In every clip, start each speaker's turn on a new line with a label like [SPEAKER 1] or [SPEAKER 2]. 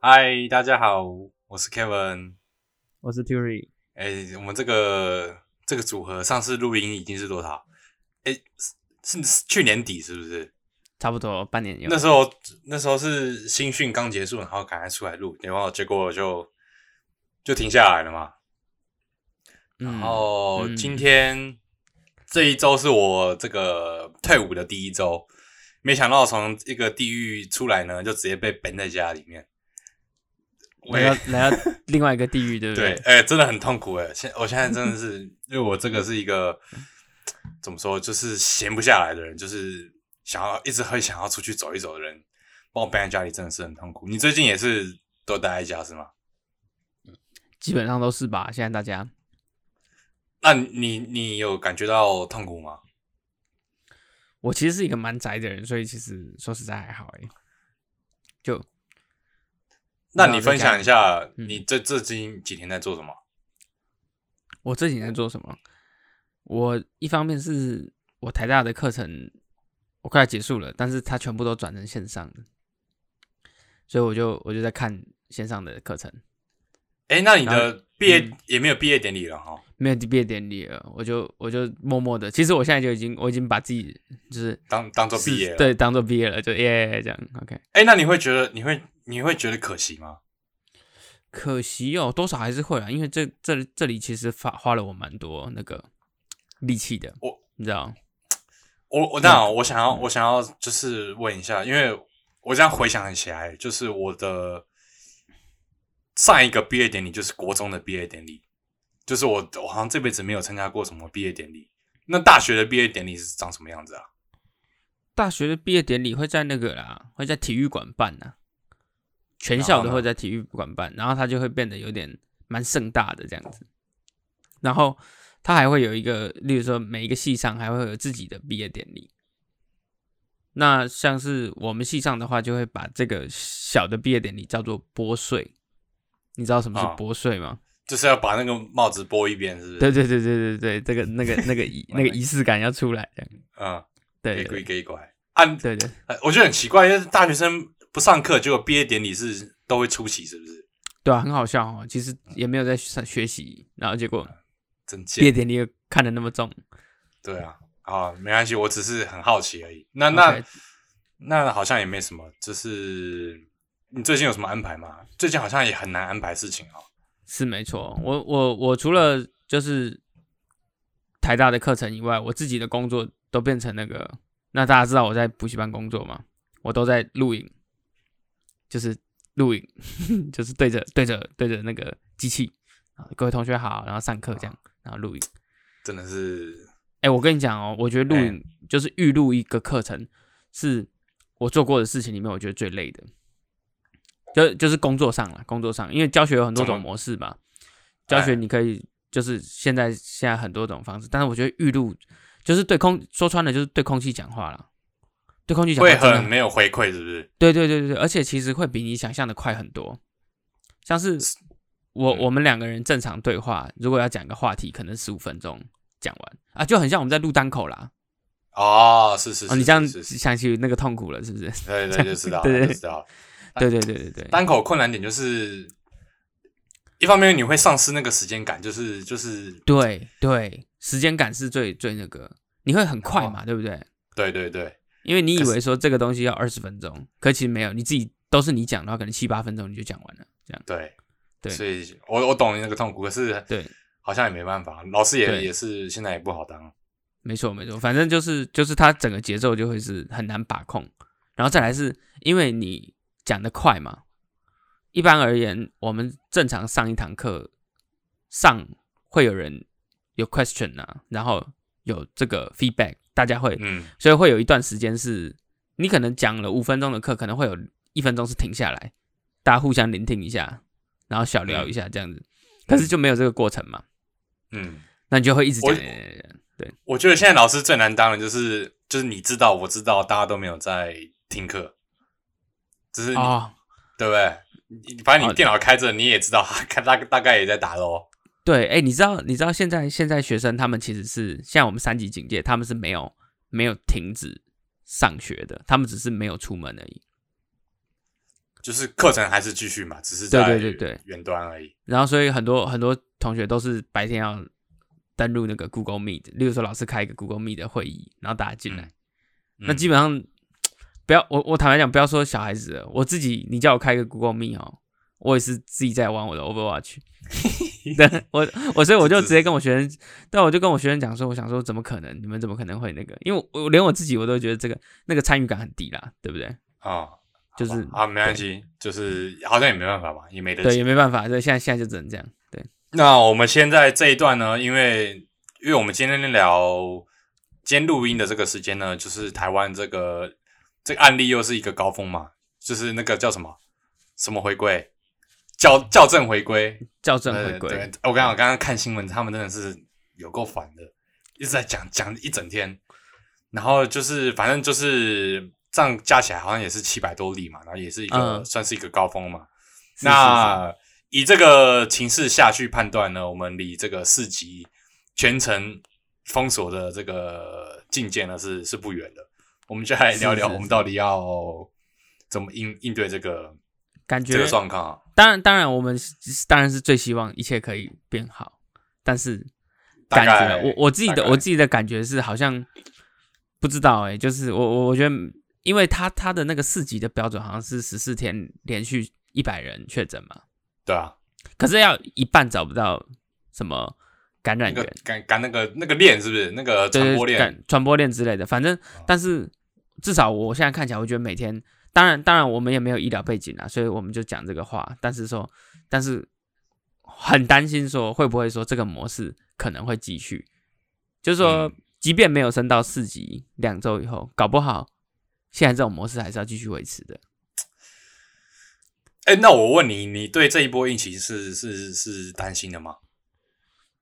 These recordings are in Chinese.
[SPEAKER 1] 嗨，大家好，我是 Kevin。
[SPEAKER 2] 我是 Turi，
[SPEAKER 1] 哎、我们这个这个组合上次录音已经是多少？哎、是是去年底是不是？
[SPEAKER 2] 差不多半年有
[SPEAKER 1] 那。时候那时候是新训刚结束，然后赶快出来录，然后结果就就停下来了嘛。
[SPEAKER 2] 嗯
[SPEAKER 1] 然，后
[SPEAKER 2] 嗯
[SPEAKER 1] 今天这一周是我这个退伍的第一周，没想到从一个地狱出来呢，就直接被 ban 在家里面。我
[SPEAKER 2] 来
[SPEAKER 1] 也
[SPEAKER 2] 到来到另外一个地狱，对不
[SPEAKER 1] 对，？哎、真的很痛苦哎。现我现在真的是，因为我这个是一个怎么说，就是闲不下来的人，就是想要一直很想要出去走一走的人。把我 ban 在家里真的是很痛苦。你最近也是都待在家是吗？
[SPEAKER 2] 基本上都是吧。现在大家
[SPEAKER 1] 那你你有感觉到痛苦吗？
[SPEAKER 2] 我其实是一个蛮宅的人，所以其实说实在还好哎。就
[SPEAKER 1] 那你分享一下，
[SPEAKER 2] 嗯
[SPEAKER 1] 你这这近几天在做什么？
[SPEAKER 2] 我这几年在做什么？我一方面是我台大的课程我快要结束了，但是它全部都转成线上的，所以我就我就在看线上的课程，
[SPEAKER 1] 哎，那你
[SPEAKER 2] 然嗯
[SPEAKER 1] 的毕业、也没有毕业典礼了哈？
[SPEAKER 2] 没有毕业典礼了，我就我就默默的，其实我现在就已经我已经把自己就是
[SPEAKER 1] 当当做
[SPEAKER 2] 是
[SPEAKER 1] 毕业了。，
[SPEAKER 2] 对，当做毕业了，就耶这样，OK。
[SPEAKER 1] 哎，那你会觉得你会你会觉得可惜吗？
[SPEAKER 2] 可惜哦，多少还是会啦，因为这这这里其实花花了我蛮多那个力气的，
[SPEAKER 1] 我
[SPEAKER 2] 你知道，
[SPEAKER 1] 我我那我想
[SPEAKER 2] 嗯
[SPEAKER 1] 要我想要就是问一下，因为我这样回想起来，就是我的上一个毕业典礼就是国中的毕业典礼，就是我我好像这辈子没有参加过什么毕业典礼。那大学的毕业典礼是长什么样子啊？
[SPEAKER 2] 大学的毕业典礼会在那个啦，会在体育馆办呐、全
[SPEAKER 1] 然
[SPEAKER 2] 校
[SPEAKER 1] 后
[SPEAKER 2] 都
[SPEAKER 1] 呢
[SPEAKER 2] 会在体育馆办，然后它就会变得有点蛮盛大的这样子，然后它还会有一个，例如说每一个系上还会有自己的毕业典礼。那像是我们系上的话，就会把这个小的毕业典礼叫做拨穗，你知道什么是
[SPEAKER 1] 啊
[SPEAKER 2] 拨穗吗？
[SPEAKER 1] 就是要把那个帽子拨一边，是不是？
[SPEAKER 2] 对对对对对对，这个那个那 个仪那个仪式感要出来，这样
[SPEAKER 1] 嗯，
[SPEAKER 2] 对
[SPEAKER 1] 给
[SPEAKER 2] 对
[SPEAKER 1] 鬼给拐啊！
[SPEAKER 2] 对对，
[SPEAKER 1] 呃我觉得很奇怪，因为大学生不上课，结果毕业典礼是都会出席，是不是？
[SPEAKER 2] 对啊，很好笑哦。其实
[SPEAKER 1] 嗯
[SPEAKER 2] 也没有在学学习，然后结果
[SPEAKER 1] 真
[SPEAKER 2] 毕业
[SPEAKER 1] 贱。
[SPEAKER 2] 典礼又看得那么重。
[SPEAKER 1] 对啊，啊，没关系，我只是很好奇而已。那那
[SPEAKER 2] OK
[SPEAKER 1] 那好像也没什么，就是你最近有什么安排吗？最近好像也很难安排事情哦。
[SPEAKER 2] 是没错，我我我除了就是台大的课程以外，我自己的工作都变成那个。那大家知道我在补习班工作吗？我都在录影，就是录影， 就是对着对着对着那个机器啊，各位同学好，然后上课这样，然后录影。
[SPEAKER 1] 真的是，
[SPEAKER 2] 哎、我跟你讲哦，我觉得
[SPEAKER 1] 哎
[SPEAKER 2] 录影、就是预录一个课程，是我做过的事情里面我觉得最累的，就就是工作上了，工作上，因为教学有很多
[SPEAKER 1] 怎
[SPEAKER 2] 种
[SPEAKER 1] 么
[SPEAKER 2] 模式嘛，教学
[SPEAKER 1] 哎
[SPEAKER 2] 你可以就是现在现在很多种方式，但是我觉得预录就是对空说穿了就是对空气讲话了，对空气讲话
[SPEAKER 1] 会
[SPEAKER 2] 真的
[SPEAKER 1] 很没有回馈，是不是？
[SPEAKER 2] 对对对对对，而且其实会比你想象的快很多。像是我
[SPEAKER 1] 嗯
[SPEAKER 2] 我们两个人正常对话，如果要讲一个话题，可能十五分钟讲完啊，就很像我们在录单口啦。
[SPEAKER 1] 哦，是是是
[SPEAKER 2] 哦，你这样
[SPEAKER 1] 是是
[SPEAKER 2] 想起那个痛苦了，是不是？
[SPEAKER 1] 对对，就知道了，
[SPEAKER 2] 对对
[SPEAKER 1] 就知道了。
[SPEAKER 2] 对对对对对，
[SPEAKER 1] 单口困难点就是，一方面你会丧失那个时间感，就是就是，
[SPEAKER 2] 对对，时间感是最最那个，你会很快嘛，对不对？
[SPEAKER 1] 对对对，
[SPEAKER 2] 因为你以
[SPEAKER 1] 哦可是
[SPEAKER 2] 为说这个东西要二十分钟，可其实没有，你自己都是你讲的话，可能七八分钟你就讲完了，这样
[SPEAKER 1] 对
[SPEAKER 2] 对
[SPEAKER 1] 所以我我懂你那个痛苦，可是
[SPEAKER 2] 对。
[SPEAKER 1] 好像也没办法，老师也
[SPEAKER 2] 对
[SPEAKER 1] 也是现在也不好当。
[SPEAKER 2] 没错没错，反正就是就是它整个节奏就会是很难把控，然后再来是因为你讲的快嘛，一般而言，我们正常上一堂课上会有人有 question 啊，然后有这个 feedback，大家会，
[SPEAKER 1] 嗯，
[SPEAKER 2] 所以会有一段时间是你可能讲了五分钟的课，可能会有一分钟是停下来，大家互相聆听一下，然后小聊一下这样子，可是就没有这个过程嘛，
[SPEAKER 1] 嗯，
[SPEAKER 2] 那你就会一直讲哎
[SPEAKER 1] 我，
[SPEAKER 2] 对
[SPEAKER 1] 我觉得现在老师最难当的就是就是你知道我知道大家都没有在听课，只是你、
[SPEAKER 2] 哦。
[SPEAKER 1] 对不对？你反正你
[SPEAKER 2] 哦
[SPEAKER 1] 电脑开着，你也知道， 看大大概也在打咯。
[SPEAKER 2] 对，哎，你知道，你知道现在现在学生他们其实是像我们三级警戒，他们是没有没有停止上学的，他们只是没有出门而已。
[SPEAKER 1] 就是课程还是继续嘛，只是
[SPEAKER 2] 对
[SPEAKER 1] 在
[SPEAKER 2] 对对对
[SPEAKER 1] 远端而已。
[SPEAKER 2] 然后所以很多很多同学都是白天要登录那个 Google Meet，例如说老师开一个 Google Meet 的会议，然后大家进来。那
[SPEAKER 1] 嗯
[SPEAKER 2] 基本上不要我我坦白讲，不要说小孩子了，我自己你叫我开一个 Google Meet 哦，我也是自己在玩我 的 Overwatch。对，我我所以我就直接跟我学生，对，啊我就跟我学生讲说，我想说怎么可能，你们怎么可能会那个？因为我我连我自己我都觉得这个那个参与感很低啦，对不对？
[SPEAKER 1] 啊，
[SPEAKER 2] 就是
[SPEAKER 1] 好吧啊，没关系，就是好像也没办法吧，也没得
[SPEAKER 2] 对，
[SPEAKER 1] 解
[SPEAKER 2] 也。没办法，所以现在现在就只能这样。对，
[SPEAKER 1] 那我们现在这一段呢，因为因为我们今天聊今天录音的这个时间呢，就是台湾这个这个案例又是一个高峰嘛，就是那个叫什么什么回归，校校正回归，
[SPEAKER 2] 校正回
[SPEAKER 1] 对
[SPEAKER 2] 归。
[SPEAKER 1] 对，我刚我刚刚看新闻，他们真的是有够烦的，一直在讲讲一整天，然后就是反正就是这样加起来好像也是七百多例嘛，然后也是一个、
[SPEAKER 2] 嗯
[SPEAKER 1] 算是一个高峰嘛。
[SPEAKER 2] 是
[SPEAKER 1] 那以这个情势下去判断呢，我们离这个四级全程封锁的这个境界呢是是不远的。我们就来
[SPEAKER 2] 是
[SPEAKER 1] 聊聊
[SPEAKER 2] 是
[SPEAKER 1] 我们
[SPEAKER 2] 是
[SPEAKER 1] 到底要怎么应应对这个
[SPEAKER 2] 感
[SPEAKER 1] 这
[SPEAKER 2] 觉
[SPEAKER 1] 个状况啊。
[SPEAKER 2] 当然，当然，我们是当然是最希望一切可以变好，但是
[SPEAKER 1] 大
[SPEAKER 2] 感
[SPEAKER 1] 概
[SPEAKER 2] 觉我我自己
[SPEAKER 1] 大
[SPEAKER 2] 的
[SPEAKER 1] 概
[SPEAKER 2] 我自己的感觉是好像不知道哎、就是我我我觉得，因为他他的那个四级的标准好像是十四天连续一百人确诊嘛，
[SPEAKER 1] 对啊，
[SPEAKER 2] 可是要一半找不到什么感染
[SPEAKER 1] 那个
[SPEAKER 2] 源，
[SPEAKER 1] 感感那个那个链是不是那个
[SPEAKER 2] 对
[SPEAKER 1] 传
[SPEAKER 2] 对
[SPEAKER 1] 播链？啊
[SPEAKER 2] 感传播链之类的，反正但是至少我现在看起来，我觉得每天，当然当然我们也没有医疗背景啊，所以我们就讲这个话，但是说，但是很担心说会不会说这个模式可能会继续，就是说
[SPEAKER 1] 嗯
[SPEAKER 2] 即便没有升到四级，两周以后，搞不好现在这种模式还是要继续维持的。
[SPEAKER 1] 哎、那我问你，你对这一波疫情是是是担心的吗？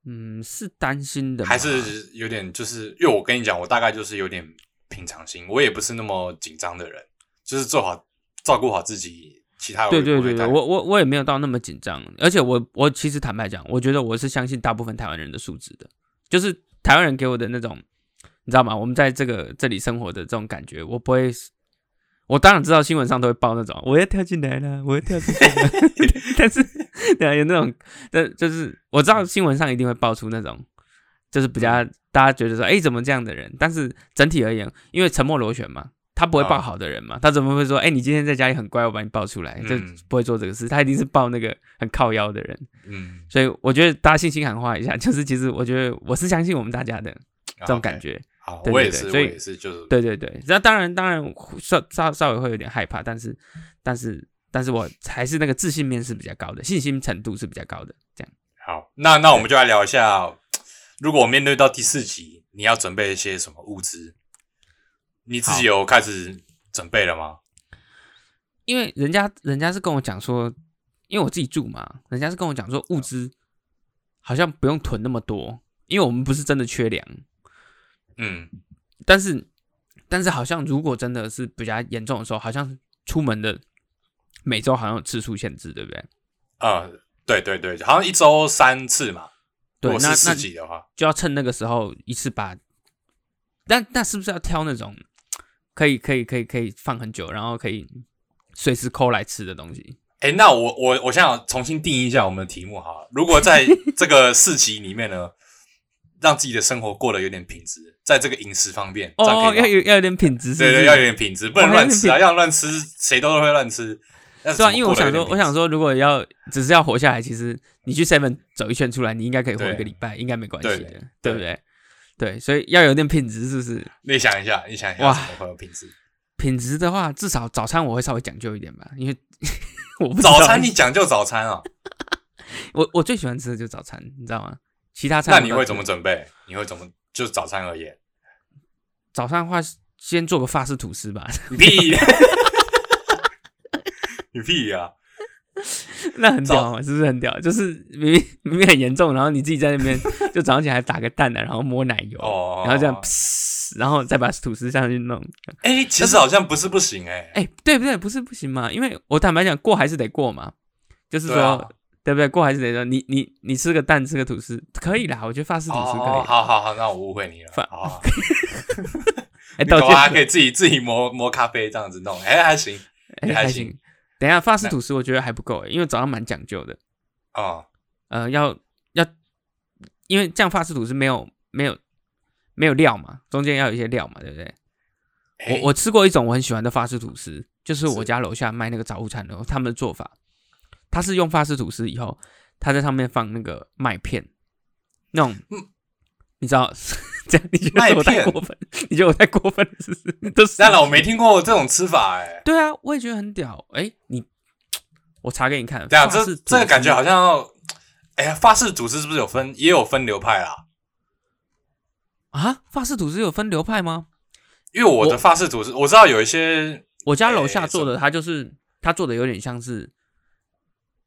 [SPEAKER 2] 嗯，是担心的吗，
[SPEAKER 1] 还是有点就是，因为我跟你讲，我大概就是有点平常心，我也不是那么紧张的人，就是做好照顾好自己，其他我
[SPEAKER 2] 对
[SPEAKER 1] 也
[SPEAKER 2] 对
[SPEAKER 1] 不会
[SPEAKER 2] 对
[SPEAKER 1] 太
[SPEAKER 2] 对，我我我也没有到那么紧张，而且我我其实坦白讲，我觉得我是相信大部分台湾人的素质的，就是台湾人给我的那种，你知道吗？我们在这个这里生活的这种感觉，我不会，我当然知道新闻上都会报那种我要跳进来了，我要跳进来 了， 但是对啊，有那种，但就是我知道新闻上一定会爆出那种，就是比
[SPEAKER 1] 嗯
[SPEAKER 2] 较大家觉得说，哎，怎么这样的人？但是整体而言，因为沉默螺旋嘛。他不会报
[SPEAKER 1] 啊
[SPEAKER 2] 好的人嘛？他怎么会说？哎、你今天在家里很乖，我把你抱出来，就
[SPEAKER 1] 嗯
[SPEAKER 2] 不会做哎这个事。他一定是抱那个很靠腰的人。
[SPEAKER 1] 嗯
[SPEAKER 2] 所以我觉得大家信心喊话一下， 就是其实我觉得我是相信我们大家的这种
[SPEAKER 1] 啊
[SPEAKER 2] 感。
[SPEAKER 1] ，OK
[SPEAKER 2] 觉。
[SPEAKER 1] 好，
[SPEAKER 2] 对
[SPEAKER 1] 我
[SPEAKER 2] 对
[SPEAKER 1] 也
[SPEAKER 2] 对
[SPEAKER 1] 是，我
[SPEAKER 2] 所以
[SPEAKER 1] 也是，就是
[SPEAKER 2] 对对对，那当然当然稍稍稍微会有点害怕，但是但是但是我还是那个自信面是比较高的，信心程度是比较高的。这样
[SPEAKER 1] 好。那那我们就来聊一下，如果我面对到第四集，你要准备一些什么物资？你自己有开始准备了吗？
[SPEAKER 2] 因为人家人家是跟我讲说，因为我自己住嘛，人家是跟我讲说物资好像不用囤那么多，因为我们不是真的缺粮，
[SPEAKER 1] 嗯，
[SPEAKER 2] 但是但是好像如果真的是比较严重的时候，好像出门的每周好像有次数限制，对不对？
[SPEAKER 1] 呃，对对对，好像一周三次嘛。如
[SPEAKER 2] 对，
[SPEAKER 1] 果
[SPEAKER 2] 那
[SPEAKER 1] 是四
[SPEAKER 2] 那
[SPEAKER 1] 级的话，
[SPEAKER 2] 就要趁那个时候一次把，那那是不是要挑那种可以可以可以可以放很久，然后可以随时抠来吃的东西？
[SPEAKER 1] 哎、那我我我想重新定义一下我们的题目哈。如果在 这个四级里面呢，让自己的生活过得有点品质，在这个饮食方面，这样
[SPEAKER 2] 哦，
[SPEAKER 1] 可以吗
[SPEAKER 2] 要有要有点品质，是
[SPEAKER 1] 对
[SPEAKER 2] 不是？
[SPEAKER 1] 对，要有点品质，不能
[SPEAKER 2] 哦
[SPEAKER 1] 乱吃
[SPEAKER 2] 要
[SPEAKER 1] 啊，
[SPEAKER 2] 有
[SPEAKER 1] 要乱吃谁都会乱吃。对
[SPEAKER 2] 对啊，因为我想说，我想说，如果要只是要活下来，其实你去 Seven 走一圈出来，你应该可以活
[SPEAKER 1] 对
[SPEAKER 2] 一个礼拜，应该没关系
[SPEAKER 1] 对
[SPEAKER 2] 的，对不
[SPEAKER 1] 对
[SPEAKER 2] 对？对，所以要有点品质，是不是？
[SPEAKER 1] 你想一下，你想一下
[SPEAKER 2] 哇
[SPEAKER 1] 怎么会有品质？
[SPEAKER 2] 品质的话，至少早餐我会稍微讲究一点吧，因为 我不知道
[SPEAKER 1] 早餐你讲究早餐啊，
[SPEAKER 2] 我我最喜欢吃的就是早餐，你知道吗？其他餐
[SPEAKER 1] 那
[SPEAKER 2] 我
[SPEAKER 1] 你
[SPEAKER 2] 倒
[SPEAKER 1] 会
[SPEAKER 2] 觉
[SPEAKER 1] 怎么
[SPEAKER 2] 得
[SPEAKER 1] 准备？你会怎么就早餐而言？
[SPEAKER 2] 早上的话，先做个法式吐司吧，
[SPEAKER 1] 你屁！你屁啊！
[SPEAKER 2] 那很屌啊嘛，是不是很屌？就是明明明明很严重，然后你自己在那边 就早上起来打个蛋啊，然后抹奶油，
[SPEAKER 1] 哦
[SPEAKER 2] 然后这样，噗然后再把吐司下去弄。
[SPEAKER 1] 哎、其实好像不是不行哎、
[SPEAKER 2] 哎、对不对？不是不行嘛，因为我坦白讲，过还是得过嘛，就是说。
[SPEAKER 1] 对啊
[SPEAKER 2] 对不对？过还是得说，你你你吃个蛋，吃个吐司可以啦。我觉得法式吐司可以。
[SPEAKER 1] 哦，好好好，那我误会你了。
[SPEAKER 2] 反
[SPEAKER 1] 好好，你
[SPEAKER 2] 哎，道
[SPEAKER 1] 搞
[SPEAKER 2] 歉
[SPEAKER 1] 啊，可以自己自己磨磨咖啡这样子弄，哎、还行，
[SPEAKER 2] 哎
[SPEAKER 1] 还
[SPEAKER 2] 还
[SPEAKER 1] 行
[SPEAKER 2] 行。等一下，法式吐司我觉得还不够、欸，因为早上蛮讲究的。
[SPEAKER 1] 啊，
[SPEAKER 2] 呃，要要，因为这样法式吐司没有没有没有料嘛，中间要有一些料嘛，对不对？
[SPEAKER 1] 诶
[SPEAKER 2] 我我吃过一种我很喜欢的法式吐司，就是我
[SPEAKER 1] 是
[SPEAKER 2] 家楼下卖那个早午餐的，他们的做法，他是用法式吐司以后，他在上面放那个麦片，那种，
[SPEAKER 1] 嗯
[SPEAKER 2] 你知道， 这样你觉
[SPEAKER 1] 麦
[SPEAKER 2] 得我太
[SPEAKER 1] 片
[SPEAKER 2] 过分？你觉得我太过分了是不 是？都是
[SPEAKER 1] 当然我没听过这种吃法哎、
[SPEAKER 2] 对啊，我也觉得很屌。哎、你我查给你看，
[SPEAKER 1] 对啊，
[SPEAKER 2] 法
[SPEAKER 1] 这
[SPEAKER 2] 式吐
[SPEAKER 1] 这个感
[SPEAKER 2] 司
[SPEAKER 1] 觉好像要，哎呀，法式组织是不是有分也有分流派啦？
[SPEAKER 2] 啊，法式吐司有分流派吗？
[SPEAKER 1] 因为我的法式组织我知道有一些
[SPEAKER 2] 我家楼
[SPEAKER 1] 哎
[SPEAKER 2] 下
[SPEAKER 1] 什
[SPEAKER 2] 做的，它就是它做的有点像是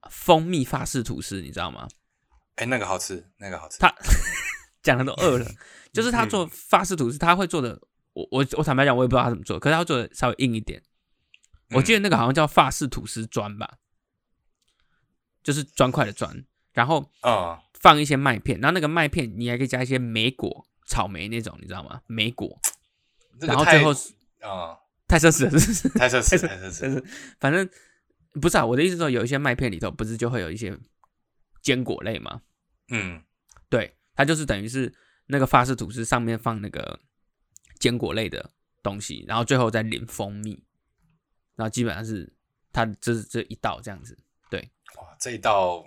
[SPEAKER 2] 蜂蜜法式吐司，你知道吗？
[SPEAKER 1] 哎、那个好吃，那个好吃。
[SPEAKER 2] 他讲的都饿
[SPEAKER 1] 嗯
[SPEAKER 2] 了， 就是他做法式吐司，他会做的，我我我坦白讲，我也不知道他怎么做，可是他做的稍微硬一点。
[SPEAKER 1] 嗯
[SPEAKER 2] 我记得那个好像叫法式吐司砖吧，就是砖块的砖，然后
[SPEAKER 1] 嗯，
[SPEAKER 2] 放一些麦片，然后那个麦片你还可以加一些莓果、草莓那种，你知道吗？莓果，
[SPEAKER 1] 这
[SPEAKER 2] 然
[SPEAKER 1] 个
[SPEAKER 2] 后
[SPEAKER 1] 太
[SPEAKER 2] 最后是
[SPEAKER 1] 嗯，
[SPEAKER 2] 太奢侈了，是 不是？
[SPEAKER 1] 太奢侈，
[SPEAKER 2] 太
[SPEAKER 1] 太奢侈
[SPEAKER 2] 但。是反正不是啊，我的意思是说，有一些麦片里头不是就会有一些坚果类吗？
[SPEAKER 1] 嗯
[SPEAKER 2] 对，它就是等于是那个法式吐司上面放那个坚果类的东西，然后最后再淋蜂蜜，然后基本上是它这这一道这样子，
[SPEAKER 1] 哇，这一道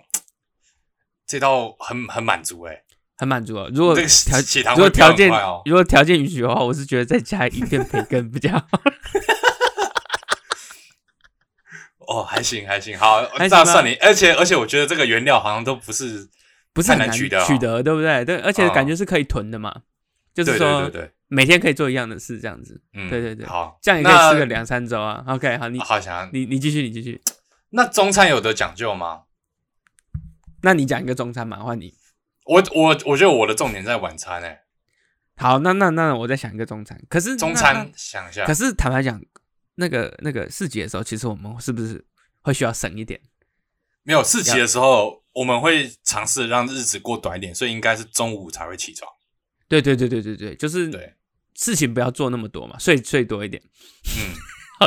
[SPEAKER 1] 这一道很很满足哎、
[SPEAKER 2] 很满足了。哦如果
[SPEAKER 1] 这个
[SPEAKER 2] 条
[SPEAKER 1] 血糖
[SPEAKER 2] 如果
[SPEAKER 1] 会飙
[SPEAKER 2] 条
[SPEAKER 1] 很
[SPEAKER 2] 件
[SPEAKER 1] 快哦
[SPEAKER 2] 如果条件允许的话，我是觉得再加一片培根比较好。
[SPEAKER 1] 哦，还行还行，好，
[SPEAKER 2] 行
[SPEAKER 1] 那
[SPEAKER 2] 吧
[SPEAKER 1] 算你。而且而且，我觉得这个原料好像都不是，
[SPEAKER 2] 不是很
[SPEAKER 1] 太难
[SPEAKER 2] 难
[SPEAKER 1] 取得啊
[SPEAKER 2] 对不对？对，而且感觉是可以囤的嘛，就是
[SPEAKER 1] 对对
[SPEAKER 2] 说
[SPEAKER 1] 对对，
[SPEAKER 2] 每天可以做一样的事，这样子，
[SPEAKER 1] 嗯，
[SPEAKER 2] 对对对
[SPEAKER 1] 好，
[SPEAKER 2] 这样也可以吃个
[SPEAKER 1] 那
[SPEAKER 2] 两三周啊。OK，好，你
[SPEAKER 1] 好想
[SPEAKER 2] 你你继续，你继续，
[SPEAKER 1] 那中餐有的讲究吗？
[SPEAKER 2] 那你讲一个中餐嘛，换你。
[SPEAKER 1] 我我我觉得我的重点在晚餐哎、
[SPEAKER 2] 好，那那那我再想一个中餐，可是
[SPEAKER 1] 中
[SPEAKER 2] 嗯那
[SPEAKER 1] 餐想一下
[SPEAKER 2] 那可，是坦白讲，那个那个四级的时候，其实我们是不是会需要省一点？
[SPEAKER 1] 没有四级的时候，我们会尝试让日子过短一点，所以应该是中午才会起床。
[SPEAKER 2] 对对对对对对，就是
[SPEAKER 1] 对，
[SPEAKER 2] 事情不要做那么多嘛，睡睡多一点。
[SPEAKER 1] 嗯，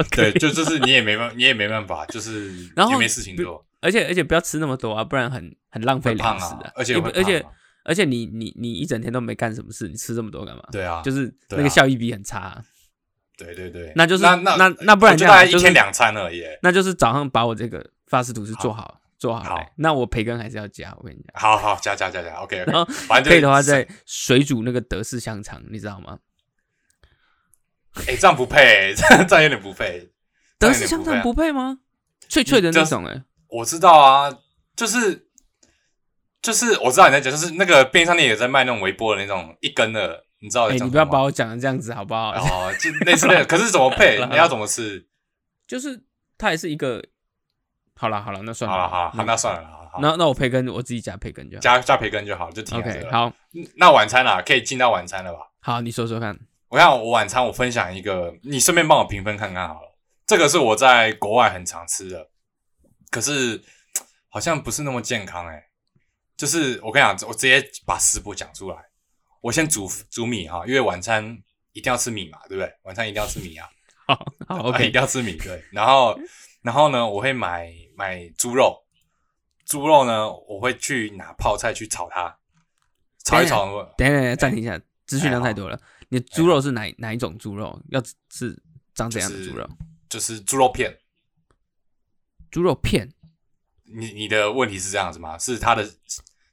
[SPEAKER 2] OK，
[SPEAKER 1] 对，就就是你也没办，你也没办法，就是
[SPEAKER 2] 然后
[SPEAKER 1] 也没事情做，
[SPEAKER 2] 而且而且不要吃那么多啊，不然很很浪费
[SPEAKER 1] 会胖
[SPEAKER 2] 粮食
[SPEAKER 1] 啊
[SPEAKER 2] 的，。
[SPEAKER 1] 而且
[SPEAKER 2] 也
[SPEAKER 1] 会
[SPEAKER 2] 不
[SPEAKER 1] 胖
[SPEAKER 2] 而且
[SPEAKER 1] 啊
[SPEAKER 2] 而且你你你一整天都没干什么事，你吃这么多干嘛？
[SPEAKER 1] 对啊，
[SPEAKER 2] 就是
[SPEAKER 1] 对
[SPEAKER 2] 那个
[SPEAKER 1] 啊
[SPEAKER 2] 效益比很差啊、
[SPEAKER 1] 对对对，
[SPEAKER 2] 那就是
[SPEAKER 1] 那那
[SPEAKER 2] 那那不然
[SPEAKER 1] 我就
[SPEAKER 2] 这样啊
[SPEAKER 1] 大概一
[SPEAKER 2] 就是
[SPEAKER 1] 天两餐而已耶。欸
[SPEAKER 2] 那就是早上把我这个法式吐司做好做好
[SPEAKER 1] 好
[SPEAKER 2] 来，那我培根还是要加，我跟你讲。
[SPEAKER 1] 好好加加加加，OK，
[SPEAKER 2] 然后
[SPEAKER 1] 反正就是
[SPEAKER 2] 可以的话，再水煮那个德式香肠，你知道吗？
[SPEAKER 1] 哎、这样不配、 这样这样有点不配。
[SPEAKER 2] 德式香肠不配吗？脆脆的那种哎、
[SPEAKER 1] 我知道啊，就是就是我知道你在讲，就是那个便利商店也在卖那种微波的那种一根的，你知道
[SPEAKER 2] 哎、
[SPEAKER 1] 我在讲
[SPEAKER 2] 你
[SPEAKER 1] 什
[SPEAKER 2] 不要
[SPEAKER 1] 么
[SPEAKER 2] 把
[SPEAKER 1] 吗
[SPEAKER 2] 我讲的这样子好不好？
[SPEAKER 1] 哦，就类似 那个，可是怎么配？
[SPEAKER 2] 好了
[SPEAKER 1] 你要怎么吃？
[SPEAKER 2] 就是它也是一个，好了好了，那算
[SPEAKER 1] 好
[SPEAKER 2] 了
[SPEAKER 1] 了好了，好
[SPEAKER 2] 嗯
[SPEAKER 1] 那算了啦，好好
[SPEAKER 2] 那那我培根我自己加培根就好。
[SPEAKER 1] 加加培根就好，就停在这
[SPEAKER 2] OK，
[SPEAKER 1] 了。
[SPEAKER 2] 好
[SPEAKER 1] 嗯，那晚餐啦，可以进到晚餐了吧？
[SPEAKER 2] 好，你说说看。
[SPEAKER 1] 我看我晚餐我分享一个，你顺便帮我评分看看好了。这个是我在国外很常吃的，可是好像不是那么健康哎、就是我跟你讲，我直接把食谱讲出来。我先煮煮米哈，因为晚餐一定要吃米嘛，对不对？晚餐一定要吃米啊。
[SPEAKER 2] 好 好
[SPEAKER 1] 一
[SPEAKER 2] ，OK，
[SPEAKER 1] 定要吃米对。然后，然后呢，我会买买猪肉，猪肉呢，我会去拿泡菜去炒它，炒一炒。
[SPEAKER 2] 等一下等一下暂停一下，资讯量
[SPEAKER 1] 哎
[SPEAKER 2] 太多了。你的猪肉是哪哪一种猪肉？要是长怎样的
[SPEAKER 1] 就是
[SPEAKER 2] 猪肉？
[SPEAKER 1] 就是猪肉片。
[SPEAKER 2] 猪肉片？
[SPEAKER 1] 你你的问题是这样子吗？是它的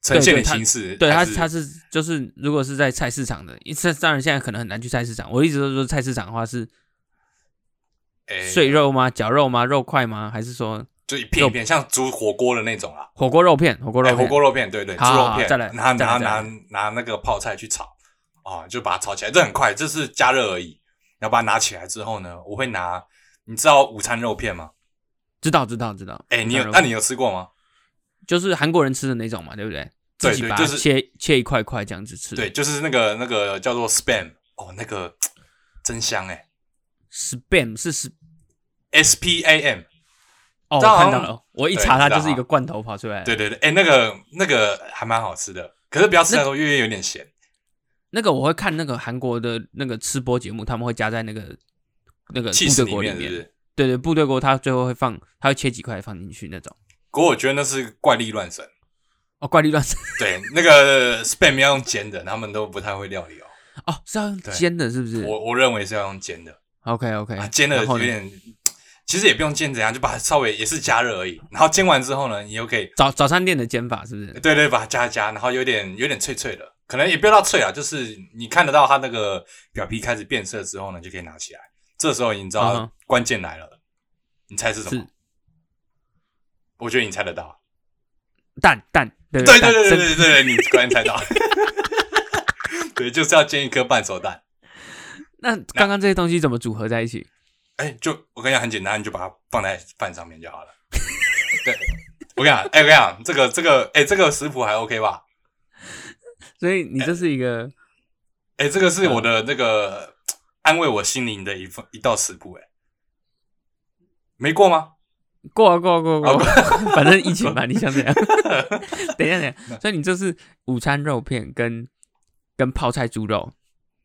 [SPEAKER 1] 呈现的形式？
[SPEAKER 2] 对，它
[SPEAKER 1] 还是
[SPEAKER 2] 它是就是如果是在菜市场的，因为当然现在可能很难去菜市场。我一直都说菜市场的话是
[SPEAKER 1] 诶
[SPEAKER 2] 碎肉吗？绞肉吗？肉块吗？还是说
[SPEAKER 1] 哎就一片一片，像煮火锅的那种啦。
[SPEAKER 2] 火锅肉片？火锅肉
[SPEAKER 1] 哎，
[SPEAKER 2] 片？
[SPEAKER 1] 火锅肉片，对对，猪
[SPEAKER 2] 好
[SPEAKER 1] 肉
[SPEAKER 2] 好
[SPEAKER 1] 片，
[SPEAKER 2] 再来
[SPEAKER 1] 拿
[SPEAKER 2] 再
[SPEAKER 1] 拿
[SPEAKER 2] 来再
[SPEAKER 1] 拿
[SPEAKER 2] 来
[SPEAKER 1] 拿那个泡菜去炒啊，就把它炒起来，这很快，这是加热而已。然后把它拿起来之后呢，我会拿，你知道午餐肉片吗？
[SPEAKER 2] 知道知道知道。
[SPEAKER 1] 哎，你有
[SPEAKER 2] 当然
[SPEAKER 1] 那你有吃过吗？
[SPEAKER 2] 就是韩国人吃的那种嘛，对不对？
[SPEAKER 1] 对
[SPEAKER 2] 自己
[SPEAKER 1] 对
[SPEAKER 2] 把
[SPEAKER 1] 就
[SPEAKER 2] 它
[SPEAKER 1] 是
[SPEAKER 2] 切切一块块这样子吃。
[SPEAKER 1] 对，就是那个那个叫做 spam 哦，那个真香哎
[SPEAKER 2] ，spam 是是
[SPEAKER 1] ，S P A M，
[SPEAKER 2] 哦，我
[SPEAKER 1] 当然
[SPEAKER 2] 看到了，我一
[SPEAKER 1] 对
[SPEAKER 2] 查它
[SPEAKER 1] 知道啊
[SPEAKER 2] 就是一个罐头跑出来。
[SPEAKER 1] 对，对对，哎，那个那个还蛮好吃的，可是不要吃太多，因为有点咸。
[SPEAKER 2] 那个我会看那个韩国的那个吃播节目，他们会加在那个那个
[SPEAKER 1] 气
[SPEAKER 2] 部
[SPEAKER 1] 死
[SPEAKER 2] 队
[SPEAKER 1] 里
[SPEAKER 2] 锅里
[SPEAKER 1] 面，是不是？
[SPEAKER 2] 对对，部队锅它最后会放，它会切几块放进去那种。
[SPEAKER 1] 不过我觉得那是怪力乱 神。
[SPEAKER 2] 哦，怪力乱神
[SPEAKER 1] 对，那个 spam 要用煎的，他们都不太会料理哦。
[SPEAKER 2] 哦，是要用
[SPEAKER 1] 对
[SPEAKER 2] 煎的，是不是
[SPEAKER 1] 我我认为是要用煎的
[SPEAKER 2] ？OK OK，、
[SPEAKER 1] 啊，煎的
[SPEAKER 2] 然后
[SPEAKER 1] 有
[SPEAKER 2] 呢
[SPEAKER 1] 点，其实也不用煎怎样，就把它稍微也是加热而已。然后煎完之后呢，你又可以
[SPEAKER 2] 早早餐店的煎法是不是？
[SPEAKER 1] 对对，把它加一加，然后有点有点脆脆的，可能也不要到脆啊，就是你看得到它那个表皮开始变色之后呢，就可以拿起来。这时候你知
[SPEAKER 2] 嗯
[SPEAKER 1] 道
[SPEAKER 2] 哼
[SPEAKER 1] 关键来了，你猜是什么
[SPEAKER 2] 是？
[SPEAKER 1] 我觉得你猜得到。
[SPEAKER 2] 蛋蛋，对
[SPEAKER 1] 对对
[SPEAKER 2] 蛋
[SPEAKER 1] 对对
[SPEAKER 2] 生
[SPEAKER 1] 对对，对你果然猜到。 对，就是要煎一颗半熟蛋。
[SPEAKER 2] 那刚刚这些东西怎么组合在一起？
[SPEAKER 1] 哎、就我跟你讲很简单，你就把它放在饭上面就好了。对，我跟你讲，哎、我跟你讲，这个这个，哎、这个食谱还 OK 吧？
[SPEAKER 2] 所以你这是一个
[SPEAKER 1] 哎、这个是我
[SPEAKER 2] 嗯
[SPEAKER 1] 的那个安慰我心灵的一份一道食谱，哎，没过吗？
[SPEAKER 2] 过啊过啊过啊
[SPEAKER 1] 啊
[SPEAKER 2] 过啊， 反正疫情嘛，你想怎样？ 等一下等一下，所以你这是午餐肉片跟跟泡菜猪肉，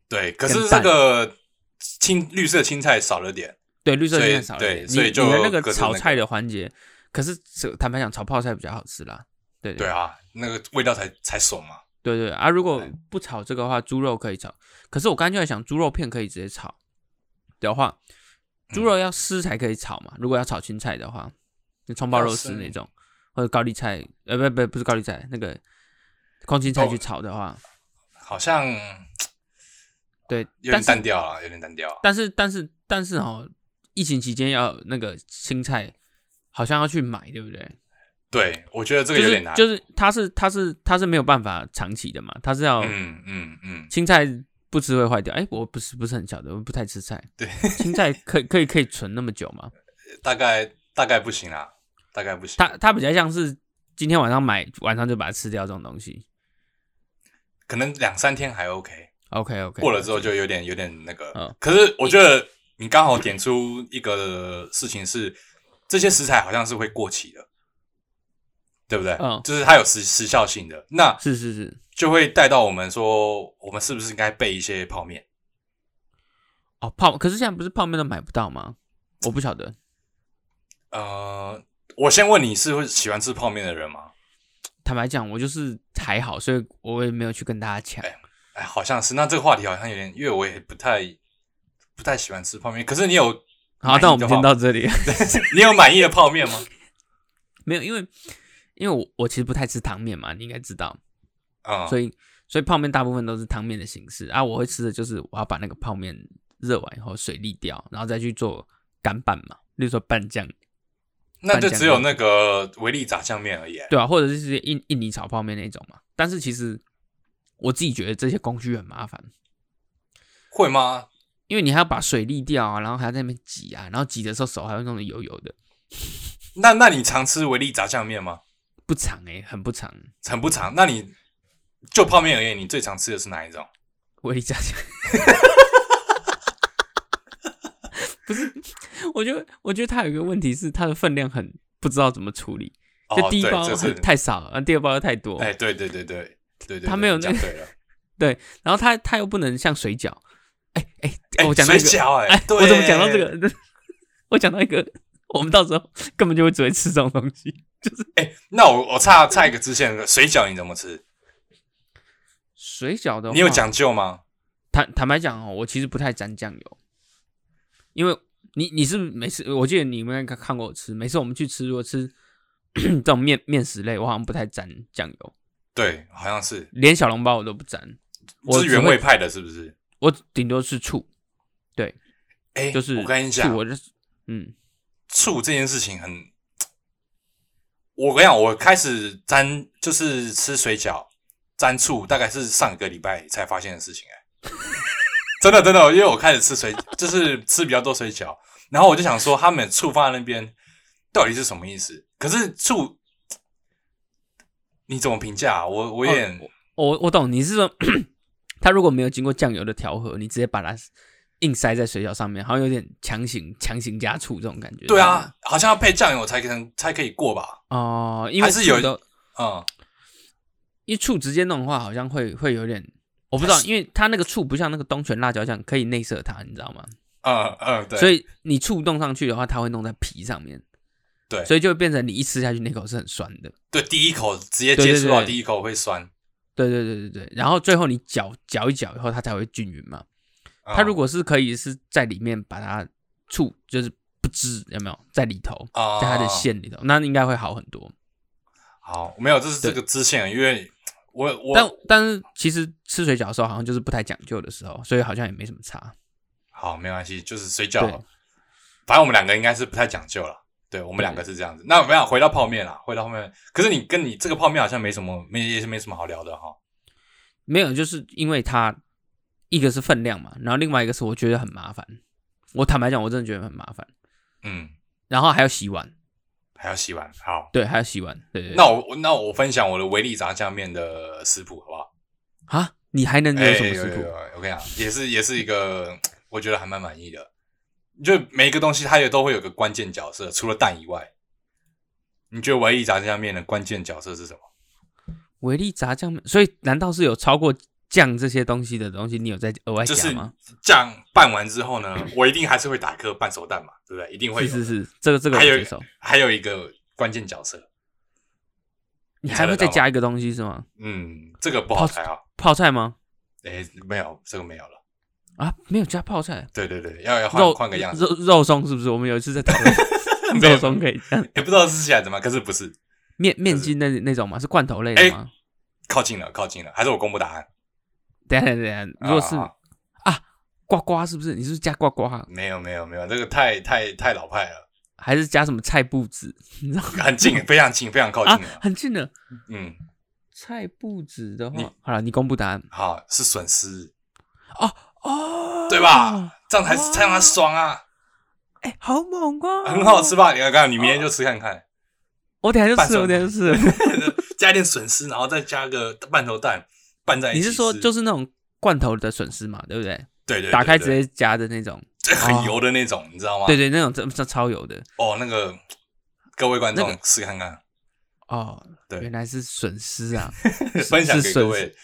[SPEAKER 1] 对，可是
[SPEAKER 2] 跟
[SPEAKER 1] 这
[SPEAKER 2] 蛋
[SPEAKER 1] 个青绿色青菜少了点，
[SPEAKER 2] 对，绿色
[SPEAKER 1] 所以
[SPEAKER 2] 片少了一
[SPEAKER 1] 对
[SPEAKER 2] 点
[SPEAKER 1] 所以
[SPEAKER 2] 你
[SPEAKER 1] 就
[SPEAKER 2] 你的那个
[SPEAKER 1] 各自
[SPEAKER 2] 炒
[SPEAKER 1] 那个
[SPEAKER 2] 菜的环节，可是这坦白讲，炒泡菜比较好吃啦。对
[SPEAKER 1] 对啊，那个味道才才爽嘛。
[SPEAKER 2] 对对啊，如果
[SPEAKER 1] 对
[SPEAKER 2] 不炒这个的话，猪肉可以炒。可是我刚才就在想，猪肉片可以直接炒的话，猪
[SPEAKER 1] 嗯
[SPEAKER 2] 肉要丝才可以炒嘛。如果要炒青菜的话，就葱爆
[SPEAKER 1] 要
[SPEAKER 2] 肉
[SPEAKER 1] 丝
[SPEAKER 2] 丝那种，或者高丽菜，呃，不不不是高丽菜，那个空心菜
[SPEAKER 1] 哦
[SPEAKER 2] 去炒的话，
[SPEAKER 1] 好像
[SPEAKER 2] 对。
[SPEAKER 1] 有点
[SPEAKER 2] 但是
[SPEAKER 1] 单调啊，有点单调啊。
[SPEAKER 2] 但是但是但是哦，疫情期间要那个青菜，好像要去买，对不对？
[SPEAKER 1] 对，我觉得这个
[SPEAKER 2] 就
[SPEAKER 1] 有
[SPEAKER 2] 是
[SPEAKER 1] 点难。
[SPEAKER 2] 就是它是它是它是没有办法长期的嘛，它是要
[SPEAKER 1] 嗯嗯嗯，
[SPEAKER 2] 青菜不吃会坏掉。哎、我不是不是很晓得，我不太吃菜。
[SPEAKER 1] 对，
[SPEAKER 2] 青菜可以可以可以存那么久吗？
[SPEAKER 1] 大概大概不行啦，大概不行。
[SPEAKER 2] 它它比较像是今天晚上买，晚上就把它吃掉这种东西。
[SPEAKER 1] 可能两三天还 OK，
[SPEAKER 2] OK OK，
[SPEAKER 1] 过了之后就有点有点那个。
[SPEAKER 2] 嗯
[SPEAKER 1] 可是我觉得你刚好点出一个事情是，这些食材好像是会过期的，对不对？
[SPEAKER 2] 嗯
[SPEAKER 1] 就是它有时时效性的，那
[SPEAKER 2] 是是是，
[SPEAKER 1] 就会带到我们说，我们是不是应该备一些泡面？
[SPEAKER 2] 哦泡，可是现在不是泡面都买不到吗？我不晓得，
[SPEAKER 1] 呃，我先问你是会喜欢吃泡面的人吗？
[SPEAKER 2] 坦白讲，我就是还好，所以我也没有去跟大家抢。
[SPEAKER 1] 哎哎，好像是。那这个话题好像有点，因为我也不太不太喜欢吃泡面。可是你有
[SPEAKER 2] 好，那我
[SPEAKER 1] 满意的
[SPEAKER 2] 们
[SPEAKER 1] 话
[SPEAKER 2] 先到这里。
[SPEAKER 1] 你有满意的泡面吗？
[SPEAKER 2] 没有，因为因为我我其实不太吃汤面嘛，你应该知道，
[SPEAKER 1] 啊、
[SPEAKER 2] 所以所以泡面大部分都是汤面的形式啊。我会吃的就是我要把那个泡面热完以后水沥掉，然后再去做干拌嘛，例如说拌酱，
[SPEAKER 1] 那就
[SPEAKER 2] 拌酱
[SPEAKER 1] 只有那个维力炸酱面而已。
[SPEAKER 2] 对啊，或者是些印印尼炒泡面那种嘛。但是其实我自己觉得这些工序很麻烦，
[SPEAKER 1] 会吗？
[SPEAKER 2] 因为你还要把水沥掉啊，然后还要在那边挤啊，然后挤的时候手还会弄得油油的，
[SPEAKER 1] 那那你常吃维力炸酱面吗？
[SPEAKER 2] 不长诶、很不长。
[SPEAKER 1] 很不常。那你就泡面而言，你最常吃的是哪一种？
[SPEAKER 2] 威力炸酱。 不是，我觉得我觉得它有一个问题是它的分量很不知道怎么处理，就
[SPEAKER 1] 哦，
[SPEAKER 2] 第一
[SPEAKER 1] 对，
[SPEAKER 2] 包
[SPEAKER 1] 这
[SPEAKER 2] 很
[SPEAKER 1] 是
[SPEAKER 2] 太少，啊，第二包又太多，
[SPEAKER 1] 哎，对对对对对对对，
[SPEAKER 2] 他没有
[SPEAKER 1] 你
[SPEAKER 2] 那
[SPEAKER 1] 讲 对了。
[SPEAKER 2] 然后它它又不能像水饺，哎哎，
[SPEAKER 1] 哎，
[SPEAKER 2] 我讲到
[SPEAKER 1] 水
[SPEAKER 2] 一个，
[SPEAKER 1] 饺哎
[SPEAKER 2] 哎，，
[SPEAKER 1] 对
[SPEAKER 2] 我怎么讲到这？个？我讲到一个，我们到时候根本就会只会吃这种东西。
[SPEAKER 1] 那我我差差一个支线，水饺你怎么吃？
[SPEAKER 2] 水饺的话，
[SPEAKER 1] 你有讲究吗？
[SPEAKER 2] 坦坦白讲哦，我其实不太沾酱油，因为你你是不是每次我记得你们应该看过我吃，每次我们去吃，如果吃 这种面面食类，我好像不太沾酱油，
[SPEAKER 1] 对，好像是，
[SPEAKER 2] 连小笼包我都不沾，我
[SPEAKER 1] 这是
[SPEAKER 2] 只
[SPEAKER 1] 原
[SPEAKER 2] 会
[SPEAKER 1] 味，派的，是不是？
[SPEAKER 2] 我顶多是醋，
[SPEAKER 1] 哎，
[SPEAKER 2] 就是
[SPEAKER 1] 我跟你
[SPEAKER 2] 醋
[SPEAKER 1] 讲，
[SPEAKER 2] 我就是嗯
[SPEAKER 1] 醋这件事情很，我跟你讲，我开始沾就是吃水饺沾醋，大概是上个礼拜才发现的事情哎、 真的真的，因为我开始吃水，就是吃比较多水饺，然后我就想说，他们醋放在那边到底是什么意思？可是醋你怎么评价啊、我我有点、
[SPEAKER 2] 哦我我懂你是说它如果没有经过酱油的调和，你直接把它硬塞在水饺上面，好像有点强行强行加醋这种感觉。
[SPEAKER 1] 对啊，好像要配酱油才可能才可以过吧？
[SPEAKER 2] 哦、因为
[SPEAKER 1] 还是有
[SPEAKER 2] 醋都
[SPEAKER 1] 嗯，
[SPEAKER 2] 因为醋直接弄的话，好像会会有点，我不知道，因为它那个醋不像那个东泉辣椒酱可以内射它，你知道吗？
[SPEAKER 1] 嗯嗯嗯，对，
[SPEAKER 2] 所
[SPEAKER 1] 以
[SPEAKER 2] 以你触动上去的话，它会弄在皮上面，
[SPEAKER 1] 对
[SPEAKER 2] 所以就会变成你一吃下去那口是很酸的。
[SPEAKER 1] 对第一口直接
[SPEAKER 2] 对
[SPEAKER 1] 接
[SPEAKER 2] 对
[SPEAKER 1] 触到
[SPEAKER 2] 对
[SPEAKER 1] 第一口会酸。
[SPEAKER 2] 对对对对对，然后最后你搅搅一搅以后，它才会均匀嘛。
[SPEAKER 1] 嗯
[SPEAKER 2] 它如果是可以是在里面把它触，就是不知有没有在里头，
[SPEAKER 1] 啊
[SPEAKER 2] 在它的馅里头，那应该会好很多。
[SPEAKER 1] 好，没有，这是这个支线，因为我我
[SPEAKER 2] 但但是其实吃水饺的时候好像就是不太讲究的时候，所以好像也没什么差。
[SPEAKER 1] 好没关系，就是睡觉
[SPEAKER 2] 对，
[SPEAKER 1] 了。反正我们两个应该是不太讲究了。对我们两个是这样子。那没有回到泡面啦，回到泡面。可是你跟你这个泡面好像没什么，没也是没什么好聊的哈。
[SPEAKER 2] 没有，就是因为它一个是分量嘛，然后另外一个是我觉得很麻烦。我坦白讲，我真的觉得很麻烦。
[SPEAKER 1] 嗯，
[SPEAKER 2] 然后还要洗碗，
[SPEAKER 1] 还要洗碗。好，
[SPEAKER 2] 对，还要洗碗，对对对。
[SPEAKER 1] 那我那我分享我的维力炸酱面的食谱好不好？
[SPEAKER 2] 啊，你还能有什么食
[SPEAKER 1] 哎有有有
[SPEAKER 2] 谱？
[SPEAKER 1] 我跟你讲，也是也是一个我觉得还蛮满意的。就每一个东西它也都会有个关键角色，除了蛋以外，你觉得维力炸酱面的关键角色是什么？
[SPEAKER 2] 维力炸酱面，所以难道是有超过酱这些东西的东西，你有在额外
[SPEAKER 1] 就是
[SPEAKER 2] 加吗？
[SPEAKER 1] 酱拌完之后呢，我一定还是会打颗半熟蛋嘛，对不对？一定会有。
[SPEAKER 2] 是是是，这个这个我
[SPEAKER 1] 还有
[SPEAKER 2] 接受。
[SPEAKER 1] 还有一个关键角色，
[SPEAKER 2] 你还会再加一个东西是吗？
[SPEAKER 1] 嗯，这个不好猜啊。
[SPEAKER 2] 泡菜吗？
[SPEAKER 1] 诶，没有，这个没有了。
[SPEAKER 2] 啊，没有加泡菜，
[SPEAKER 1] 对对对，要要换
[SPEAKER 2] 肉
[SPEAKER 1] 换个样子，
[SPEAKER 2] 肉肉松是不是？我们有一次在讨论
[SPEAKER 1] 没有
[SPEAKER 2] 肉松可以这样
[SPEAKER 1] 也不知道是起来怎么样，可是不是，
[SPEAKER 2] 面面筋那那种吗？是罐头类的吗？
[SPEAKER 1] 靠近了，靠近了，还是我公布答案？
[SPEAKER 2] 等一下等一下，等一下如果是
[SPEAKER 1] 啊啊
[SPEAKER 2] 呱呱是不是？你是不是加呱呱，
[SPEAKER 1] 没有没有没有，这个太太太老派了，
[SPEAKER 2] 还是加什么菜布子？ 你知道
[SPEAKER 1] 很近，非常近，非常靠
[SPEAKER 2] 啊
[SPEAKER 1] 近哦了。，
[SPEAKER 2] 很近的
[SPEAKER 1] 嗯，
[SPEAKER 2] 菜布子的
[SPEAKER 1] 你
[SPEAKER 2] 话，好了，你公布答案
[SPEAKER 1] 好，是损失，
[SPEAKER 2] 哦，
[SPEAKER 1] 对吧？？这样才
[SPEAKER 2] 哇
[SPEAKER 1] 才让它爽啊，
[SPEAKER 2] 哎，好猛哦，
[SPEAKER 1] 很好吃。吧？你看看，你明天就吃看看，
[SPEAKER 2] 我等一下就
[SPEAKER 1] 半
[SPEAKER 2] 吃了，
[SPEAKER 1] 熟
[SPEAKER 2] 我等一下就吃了。
[SPEAKER 1] 加一点笋丝，然后再加个半头蛋拌在一起
[SPEAKER 2] 你
[SPEAKER 1] 吃。
[SPEAKER 2] 是说就是是那种罐头的笋丝嘛，对不对？
[SPEAKER 1] 对对对
[SPEAKER 2] 打开直
[SPEAKER 1] 对
[SPEAKER 2] 接夹的那种，
[SPEAKER 1] 这很
[SPEAKER 2] 哦
[SPEAKER 1] 油的那种，你知道吗？
[SPEAKER 2] 对对，那种真真超油的
[SPEAKER 1] 哦，那个各位观
[SPEAKER 2] 那
[SPEAKER 1] 众试看看，
[SPEAKER 2] 哦。
[SPEAKER 1] 对，
[SPEAKER 2] 原来是笋丝啊
[SPEAKER 1] 分享给各
[SPEAKER 2] 是笋丝
[SPEAKER 1] 位，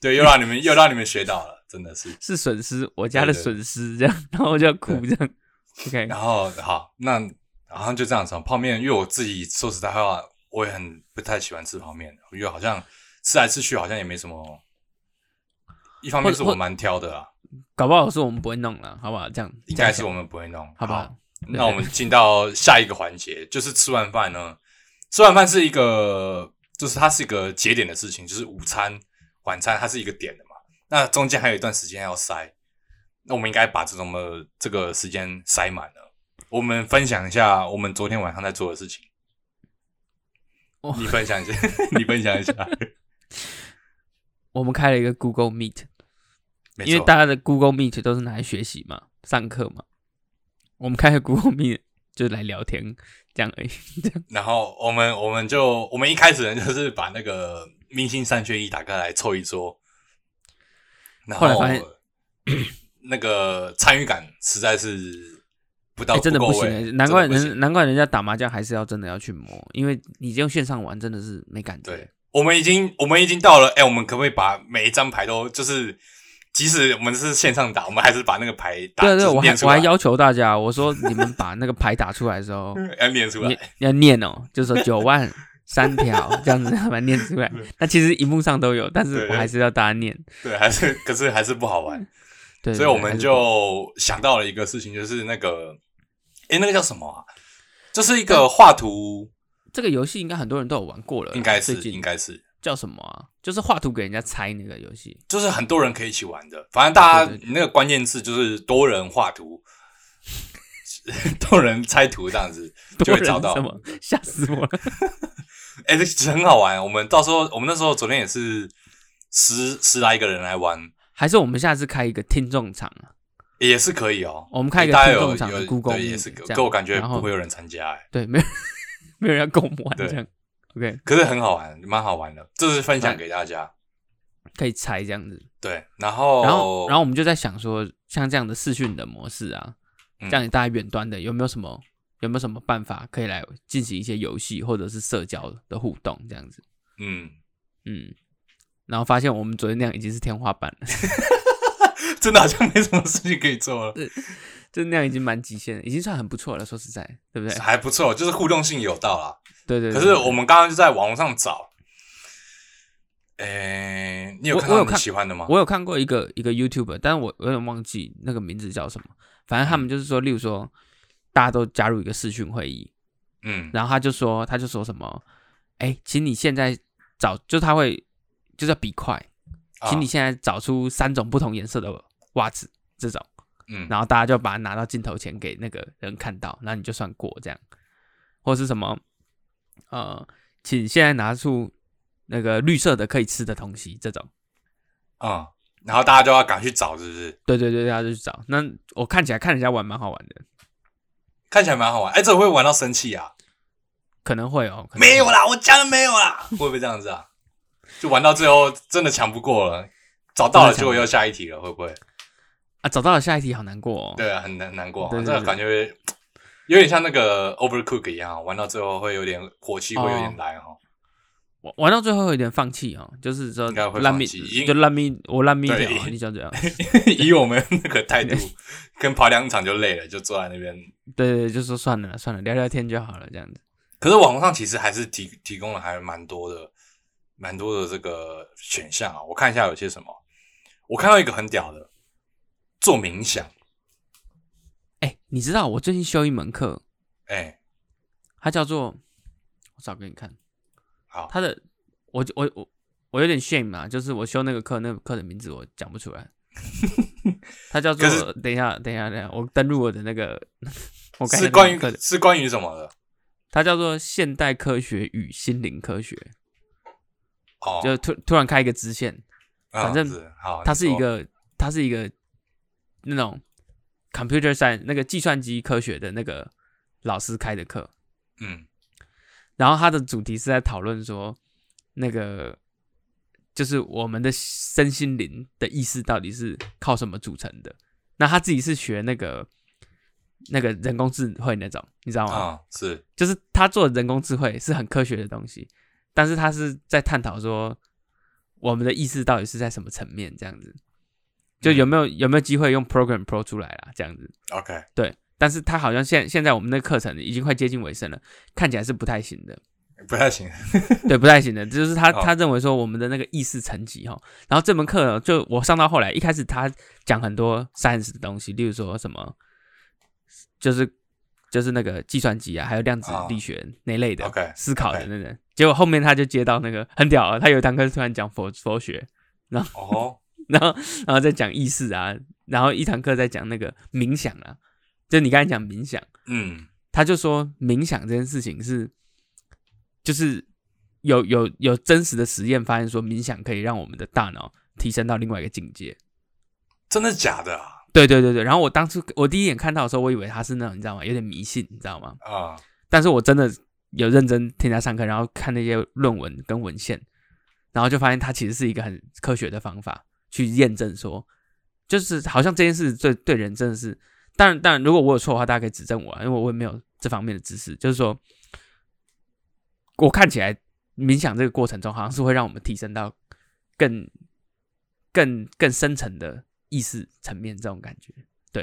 [SPEAKER 1] 对，又让你们又让你们学到了，真的是。
[SPEAKER 2] 是损失，我家的
[SPEAKER 1] 对对
[SPEAKER 2] 损失这样，然后我就要哭这样。OK，
[SPEAKER 1] 然后好，那好像就这样子哦。泡面，因为我自己说实在话，我也很不太喜欢吃泡面，因为好像吃来吃去好像也没什么。一方面
[SPEAKER 2] 或
[SPEAKER 1] 是
[SPEAKER 2] 者
[SPEAKER 1] 我蛮挑的啊啦，
[SPEAKER 2] 搞不好是我们不会弄了，好不好？这样
[SPEAKER 1] 应该
[SPEAKER 2] 这
[SPEAKER 1] 是
[SPEAKER 2] 样
[SPEAKER 1] 我们不会弄，
[SPEAKER 2] 好不好？对
[SPEAKER 1] 那我们进到下一个环节，就是吃完饭呢。吃完饭是一个，就是它是一个节点的事情，就是午餐、晚餐，它是一个点的嘛。那中间还有一段时间要塞，那我们应该把这种的这个时间塞满了。我们分享一下我们昨天晚上在做的事情。
[SPEAKER 2] 哦
[SPEAKER 1] 你分享一下， 你分享一 下，
[SPEAKER 2] 我们开了一个 Google Meet，
[SPEAKER 1] 没
[SPEAKER 2] 因为
[SPEAKER 1] 错
[SPEAKER 2] 大家的 Google Meet 都是拿来学习嘛，上课嘛。我们开个 Google Meet 就是来聊天这样而已。
[SPEAKER 1] 然后我们我们就我们一开始呢，就是把那个明星三缺一打开来凑一桌，然后
[SPEAKER 2] 后来发现
[SPEAKER 1] 那个参与感实在是不到、
[SPEAKER 2] 哎，真的
[SPEAKER 1] 不
[SPEAKER 2] 不
[SPEAKER 1] 够
[SPEAKER 2] 行
[SPEAKER 1] 位
[SPEAKER 2] 欸，难怪
[SPEAKER 1] 真的不行
[SPEAKER 2] 人难怪人家打麻将还是要真的要去磨，因为你用线上玩真的是没感觉。
[SPEAKER 1] 对，我们已经我们已经到了，哎，我们可不可以把每一张牌都就是，即使我们是线上打，我们还是把那个牌打
[SPEAKER 2] 对
[SPEAKER 1] 就
[SPEAKER 2] 对，
[SPEAKER 1] 是
[SPEAKER 2] 我还
[SPEAKER 1] 念出
[SPEAKER 2] 我还
[SPEAKER 1] 来
[SPEAKER 2] 要求大家，我说你们把那个牌打出来的时候，
[SPEAKER 1] 要念出来
[SPEAKER 2] 你，要念哦，就说九 万三条这样子，把它念出来。那其实荧幕上都有，但
[SPEAKER 1] 对
[SPEAKER 2] 是我
[SPEAKER 1] 对
[SPEAKER 2] 还是要大家念。
[SPEAKER 1] 对，还是可是还是不好玩。
[SPEAKER 2] 对，
[SPEAKER 1] 所以
[SPEAKER 2] 对
[SPEAKER 1] 我
[SPEAKER 2] 还
[SPEAKER 1] 们
[SPEAKER 2] 是不
[SPEAKER 1] 就想到了一个事情，就是那个，诶，那个叫什么啊？就是一个
[SPEAKER 2] 哎
[SPEAKER 1] 画图，
[SPEAKER 2] 这个游戏应该很多人都有玩过了啦，
[SPEAKER 1] 应该是
[SPEAKER 2] 呃最近
[SPEAKER 1] 应该是，
[SPEAKER 2] 叫什么啊？就是画图给人家猜那个游戏。
[SPEAKER 1] 就是很多人可以一起玩的。反正大家
[SPEAKER 2] 对对
[SPEAKER 1] 你那个关键字就是多人画图， 多人猜图这样子 就
[SPEAKER 2] 多
[SPEAKER 1] 会
[SPEAKER 2] 人
[SPEAKER 1] 找到
[SPEAKER 2] 什。么？吓死我了！
[SPEAKER 1] 哎、这其实很好玩。我们到时候我们那时候昨天也是十十来个人来玩，
[SPEAKER 2] 还是我们下次开一个听众场啊？
[SPEAKER 1] 也是可以哦。
[SPEAKER 2] 我们开一个
[SPEAKER 1] 大家
[SPEAKER 2] 听
[SPEAKER 1] 有
[SPEAKER 2] 众场
[SPEAKER 1] 有
[SPEAKER 2] Google
[SPEAKER 1] 对也
[SPEAKER 2] Meet
[SPEAKER 1] 是可，
[SPEAKER 2] 这样
[SPEAKER 1] 可我感觉
[SPEAKER 2] 然后
[SPEAKER 1] 不会有人参加、诶
[SPEAKER 2] 对，没有 没有人要跟我们玩
[SPEAKER 1] 对
[SPEAKER 2] 这样。OK，
[SPEAKER 1] 可是很好玩，蛮好玩的，这是分享给大家。
[SPEAKER 2] 可以猜这样子。
[SPEAKER 1] 对，然后
[SPEAKER 2] 然后，然后我们就在想说，像这样的视讯的模式啊，
[SPEAKER 1] 嗯
[SPEAKER 2] 这样大家远端的有没有什么有没有什么办法可以来进行一些游戏或者是社交的互动这样子？
[SPEAKER 1] 嗯，
[SPEAKER 2] 嗯，然后发现我们昨天那样已经是天花板了，
[SPEAKER 1] 真的好像没什么事情可以做了，
[SPEAKER 2] 就那样已经蛮极限了，已经算很不错了。说实在，对不对？
[SPEAKER 1] 还不错，就是互动性有到啦。
[SPEAKER 2] 对对
[SPEAKER 1] 可
[SPEAKER 2] 对
[SPEAKER 1] 是我们刚刚就在网络上找，诶、你有
[SPEAKER 2] 我
[SPEAKER 1] 看
[SPEAKER 2] 我
[SPEAKER 1] 到
[SPEAKER 2] 有
[SPEAKER 1] 你
[SPEAKER 2] 看
[SPEAKER 1] 喜欢的吗？
[SPEAKER 2] 我有看过一个一个 YouTube，但是我有点忘记那个名字叫什么。反正他
[SPEAKER 1] 嗯
[SPEAKER 2] 们就是说，例如说，大家都加入一个视讯会议，
[SPEAKER 1] 嗯
[SPEAKER 2] 然后他就说，他就说什么，哎，请你现在找，就是他会就是要比快，
[SPEAKER 1] 啊
[SPEAKER 2] 请你现在找出三种不同颜色的袜子这种，
[SPEAKER 1] 嗯
[SPEAKER 2] 然后大家就把它拿到镜头前给那个人看到，然后你就算过这样，或是什么，呃，请现在拿出那个绿色的可以吃的东西这种。
[SPEAKER 1] 嗯，然后大家就要赶去找，是不是？
[SPEAKER 2] 对对对，大家就去找。那我看起来看人家玩蛮好玩的，
[SPEAKER 1] 看起来蛮好玩，哎、这我会玩到生气啊！
[SPEAKER 2] 可能会哦，可能会
[SPEAKER 1] 没有啦，我家人没有啦，会不会这样子啊？就玩到最后真的抢不过了，找到了
[SPEAKER 2] 真的
[SPEAKER 1] 结
[SPEAKER 2] 抢不
[SPEAKER 1] 果又下一题了，会不会？
[SPEAKER 2] 啊，找到了下一题，好难过哦。
[SPEAKER 1] 对啊，很难难过、啊，
[SPEAKER 2] 对对
[SPEAKER 1] 这个
[SPEAKER 2] 对
[SPEAKER 1] 感觉有点像那个 Overcook 一样，玩到最后会有点火气，会有点来哈、哦。
[SPEAKER 2] 玩玩到最后有点放弃哦，就是说
[SPEAKER 1] 应该会
[SPEAKER 2] 烂
[SPEAKER 1] 放
[SPEAKER 2] 命
[SPEAKER 1] 弃因
[SPEAKER 2] 就烂命，我烂命
[SPEAKER 1] 对
[SPEAKER 2] 掉，你就 这样。
[SPEAKER 1] 以我们那个态度，跟跑两场就累了，就坐在那边。
[SPEAKER 2] 对对，就说算了算了，聊聊天就好了，这样子。
[SPEAKER 1] 可是网络上其实还是提提供了还蛮多的，蛮多的这个选项啊。我看一下有些什么，我看到一个很屌的，做冥想，
[SPEAKER 2] 哎，你知道我最近修一门课，
[SPEAKER 1] 哎、
[SPEAKER 2] 它叫做我找给你看，
[SPEAKER 1] 好，
[SPEAKER 2] 它的我我我我有点 shame 啊，就是我修那个课，那个课的名字我讲不出 来。它叫
[SPEAKER 1] 可
[SPEAKER 2] 做
[SPEAKER 1] 是
[SPEAKER 2] 等一下等一下等一下，我登录我的那个， 我刚才
[SPEAKER 1] 是
[SPEAKER 2] 那个
[SPEAKER 1] 关于
[SPEAKER 2] 课的
[SPEAKER 1] 是关于什么的？
[SPEAKER 2] 它叫做现代科学与心灵科学，
[SPEAKER 1] 哦，
[SPEAKER 2] 就突突然开一个支线，
[SPEAKER 1] 嗯
[SPEAKER 2] 反正
[SPEAKER 1] 是好，
[SPEAKER 2] 它
[SPEAKER 1] 你
[SPEAKER 2] 是一
[SPEAKER 1] 说
[SPEAKER 2] 个它是一个那种 computer science 那个计算机科学的那个老师开的课，
[SPEAKER 1] 嗯
[SPEAKER 2] 然后它的主题是在讨论说那个就是我们的身心灵的意识到底是靠什么组成的。那他自己是学那个那个人工智慧那种，你知道吗？
[SPEAKER 1] 啊、是
[SPEAKER 2] 就是他做人工智慧是很科学的东西，但是他是在探讨说我们的意识到底是在什么层面这样子，就有没有有没有机会用 Program Pro 出来啦这样子，
[SPEAKER 1] OK，
[SPEAKER 2] 对。但是他好像现现在我们的课程已经快接近尾声了，看起来是不太行的，
[SPEAKER 1] 不太行，
[SPEAKER 2] 对，不太行的，就是他
[SPEAKER 1] 哦
[SPEAKER 2] 他认为说我们的那个意识层级哈，然后这门课呢就我上到后来，一开始他讲很多 science 的东西，例如说什么，就是就是那个计算机啊，还有量子
[SPEAKER 1] 哦
[SPEAKER 2] 力学那类的
[SPEAKER 1] OK，
[SPEAKER 2] 思考的
[SPEAKER 1] OK
[SPEAKER 2] 那种。结果后面他就接到那个很屌啊，他有一堂课突然讲佛佛学，
[SPEAKER 1] 哦，
[SPEAKER 2] 然后然后再讲意识啊，然后一堂课在讲那个冥想啊，就你刚才讲冥想，
[SPEAKER 1] 嗯
[SPEAKER 2] 他就说冥想这件事情是，就是有有有真实的实验发现说，冥想可以让我们的大脑提升到另外一个境界。
[SPEAKER 1] 真的假的啊？
[SPEAKER 2] 对对对对，然后我当初我第一眼看到的时候，我以为他是那种你知道吗？有点迷信，你知道吗？
[SPEAKER 1] 啊、
[SPEAKER 2] 但是我真的有认真听他上课，然后看那些论文跟文献，然后就发现他其实是一个很科学的方法去验证说，就是好像这件事对对人真的是，当然当然，如果我有错的话，大家可以指正我、啊，因为我也没有这方面的知识。就是说，我看起来冥想这个过程中，好像是会让我们提升到更更更深层的意识层面这种感觉。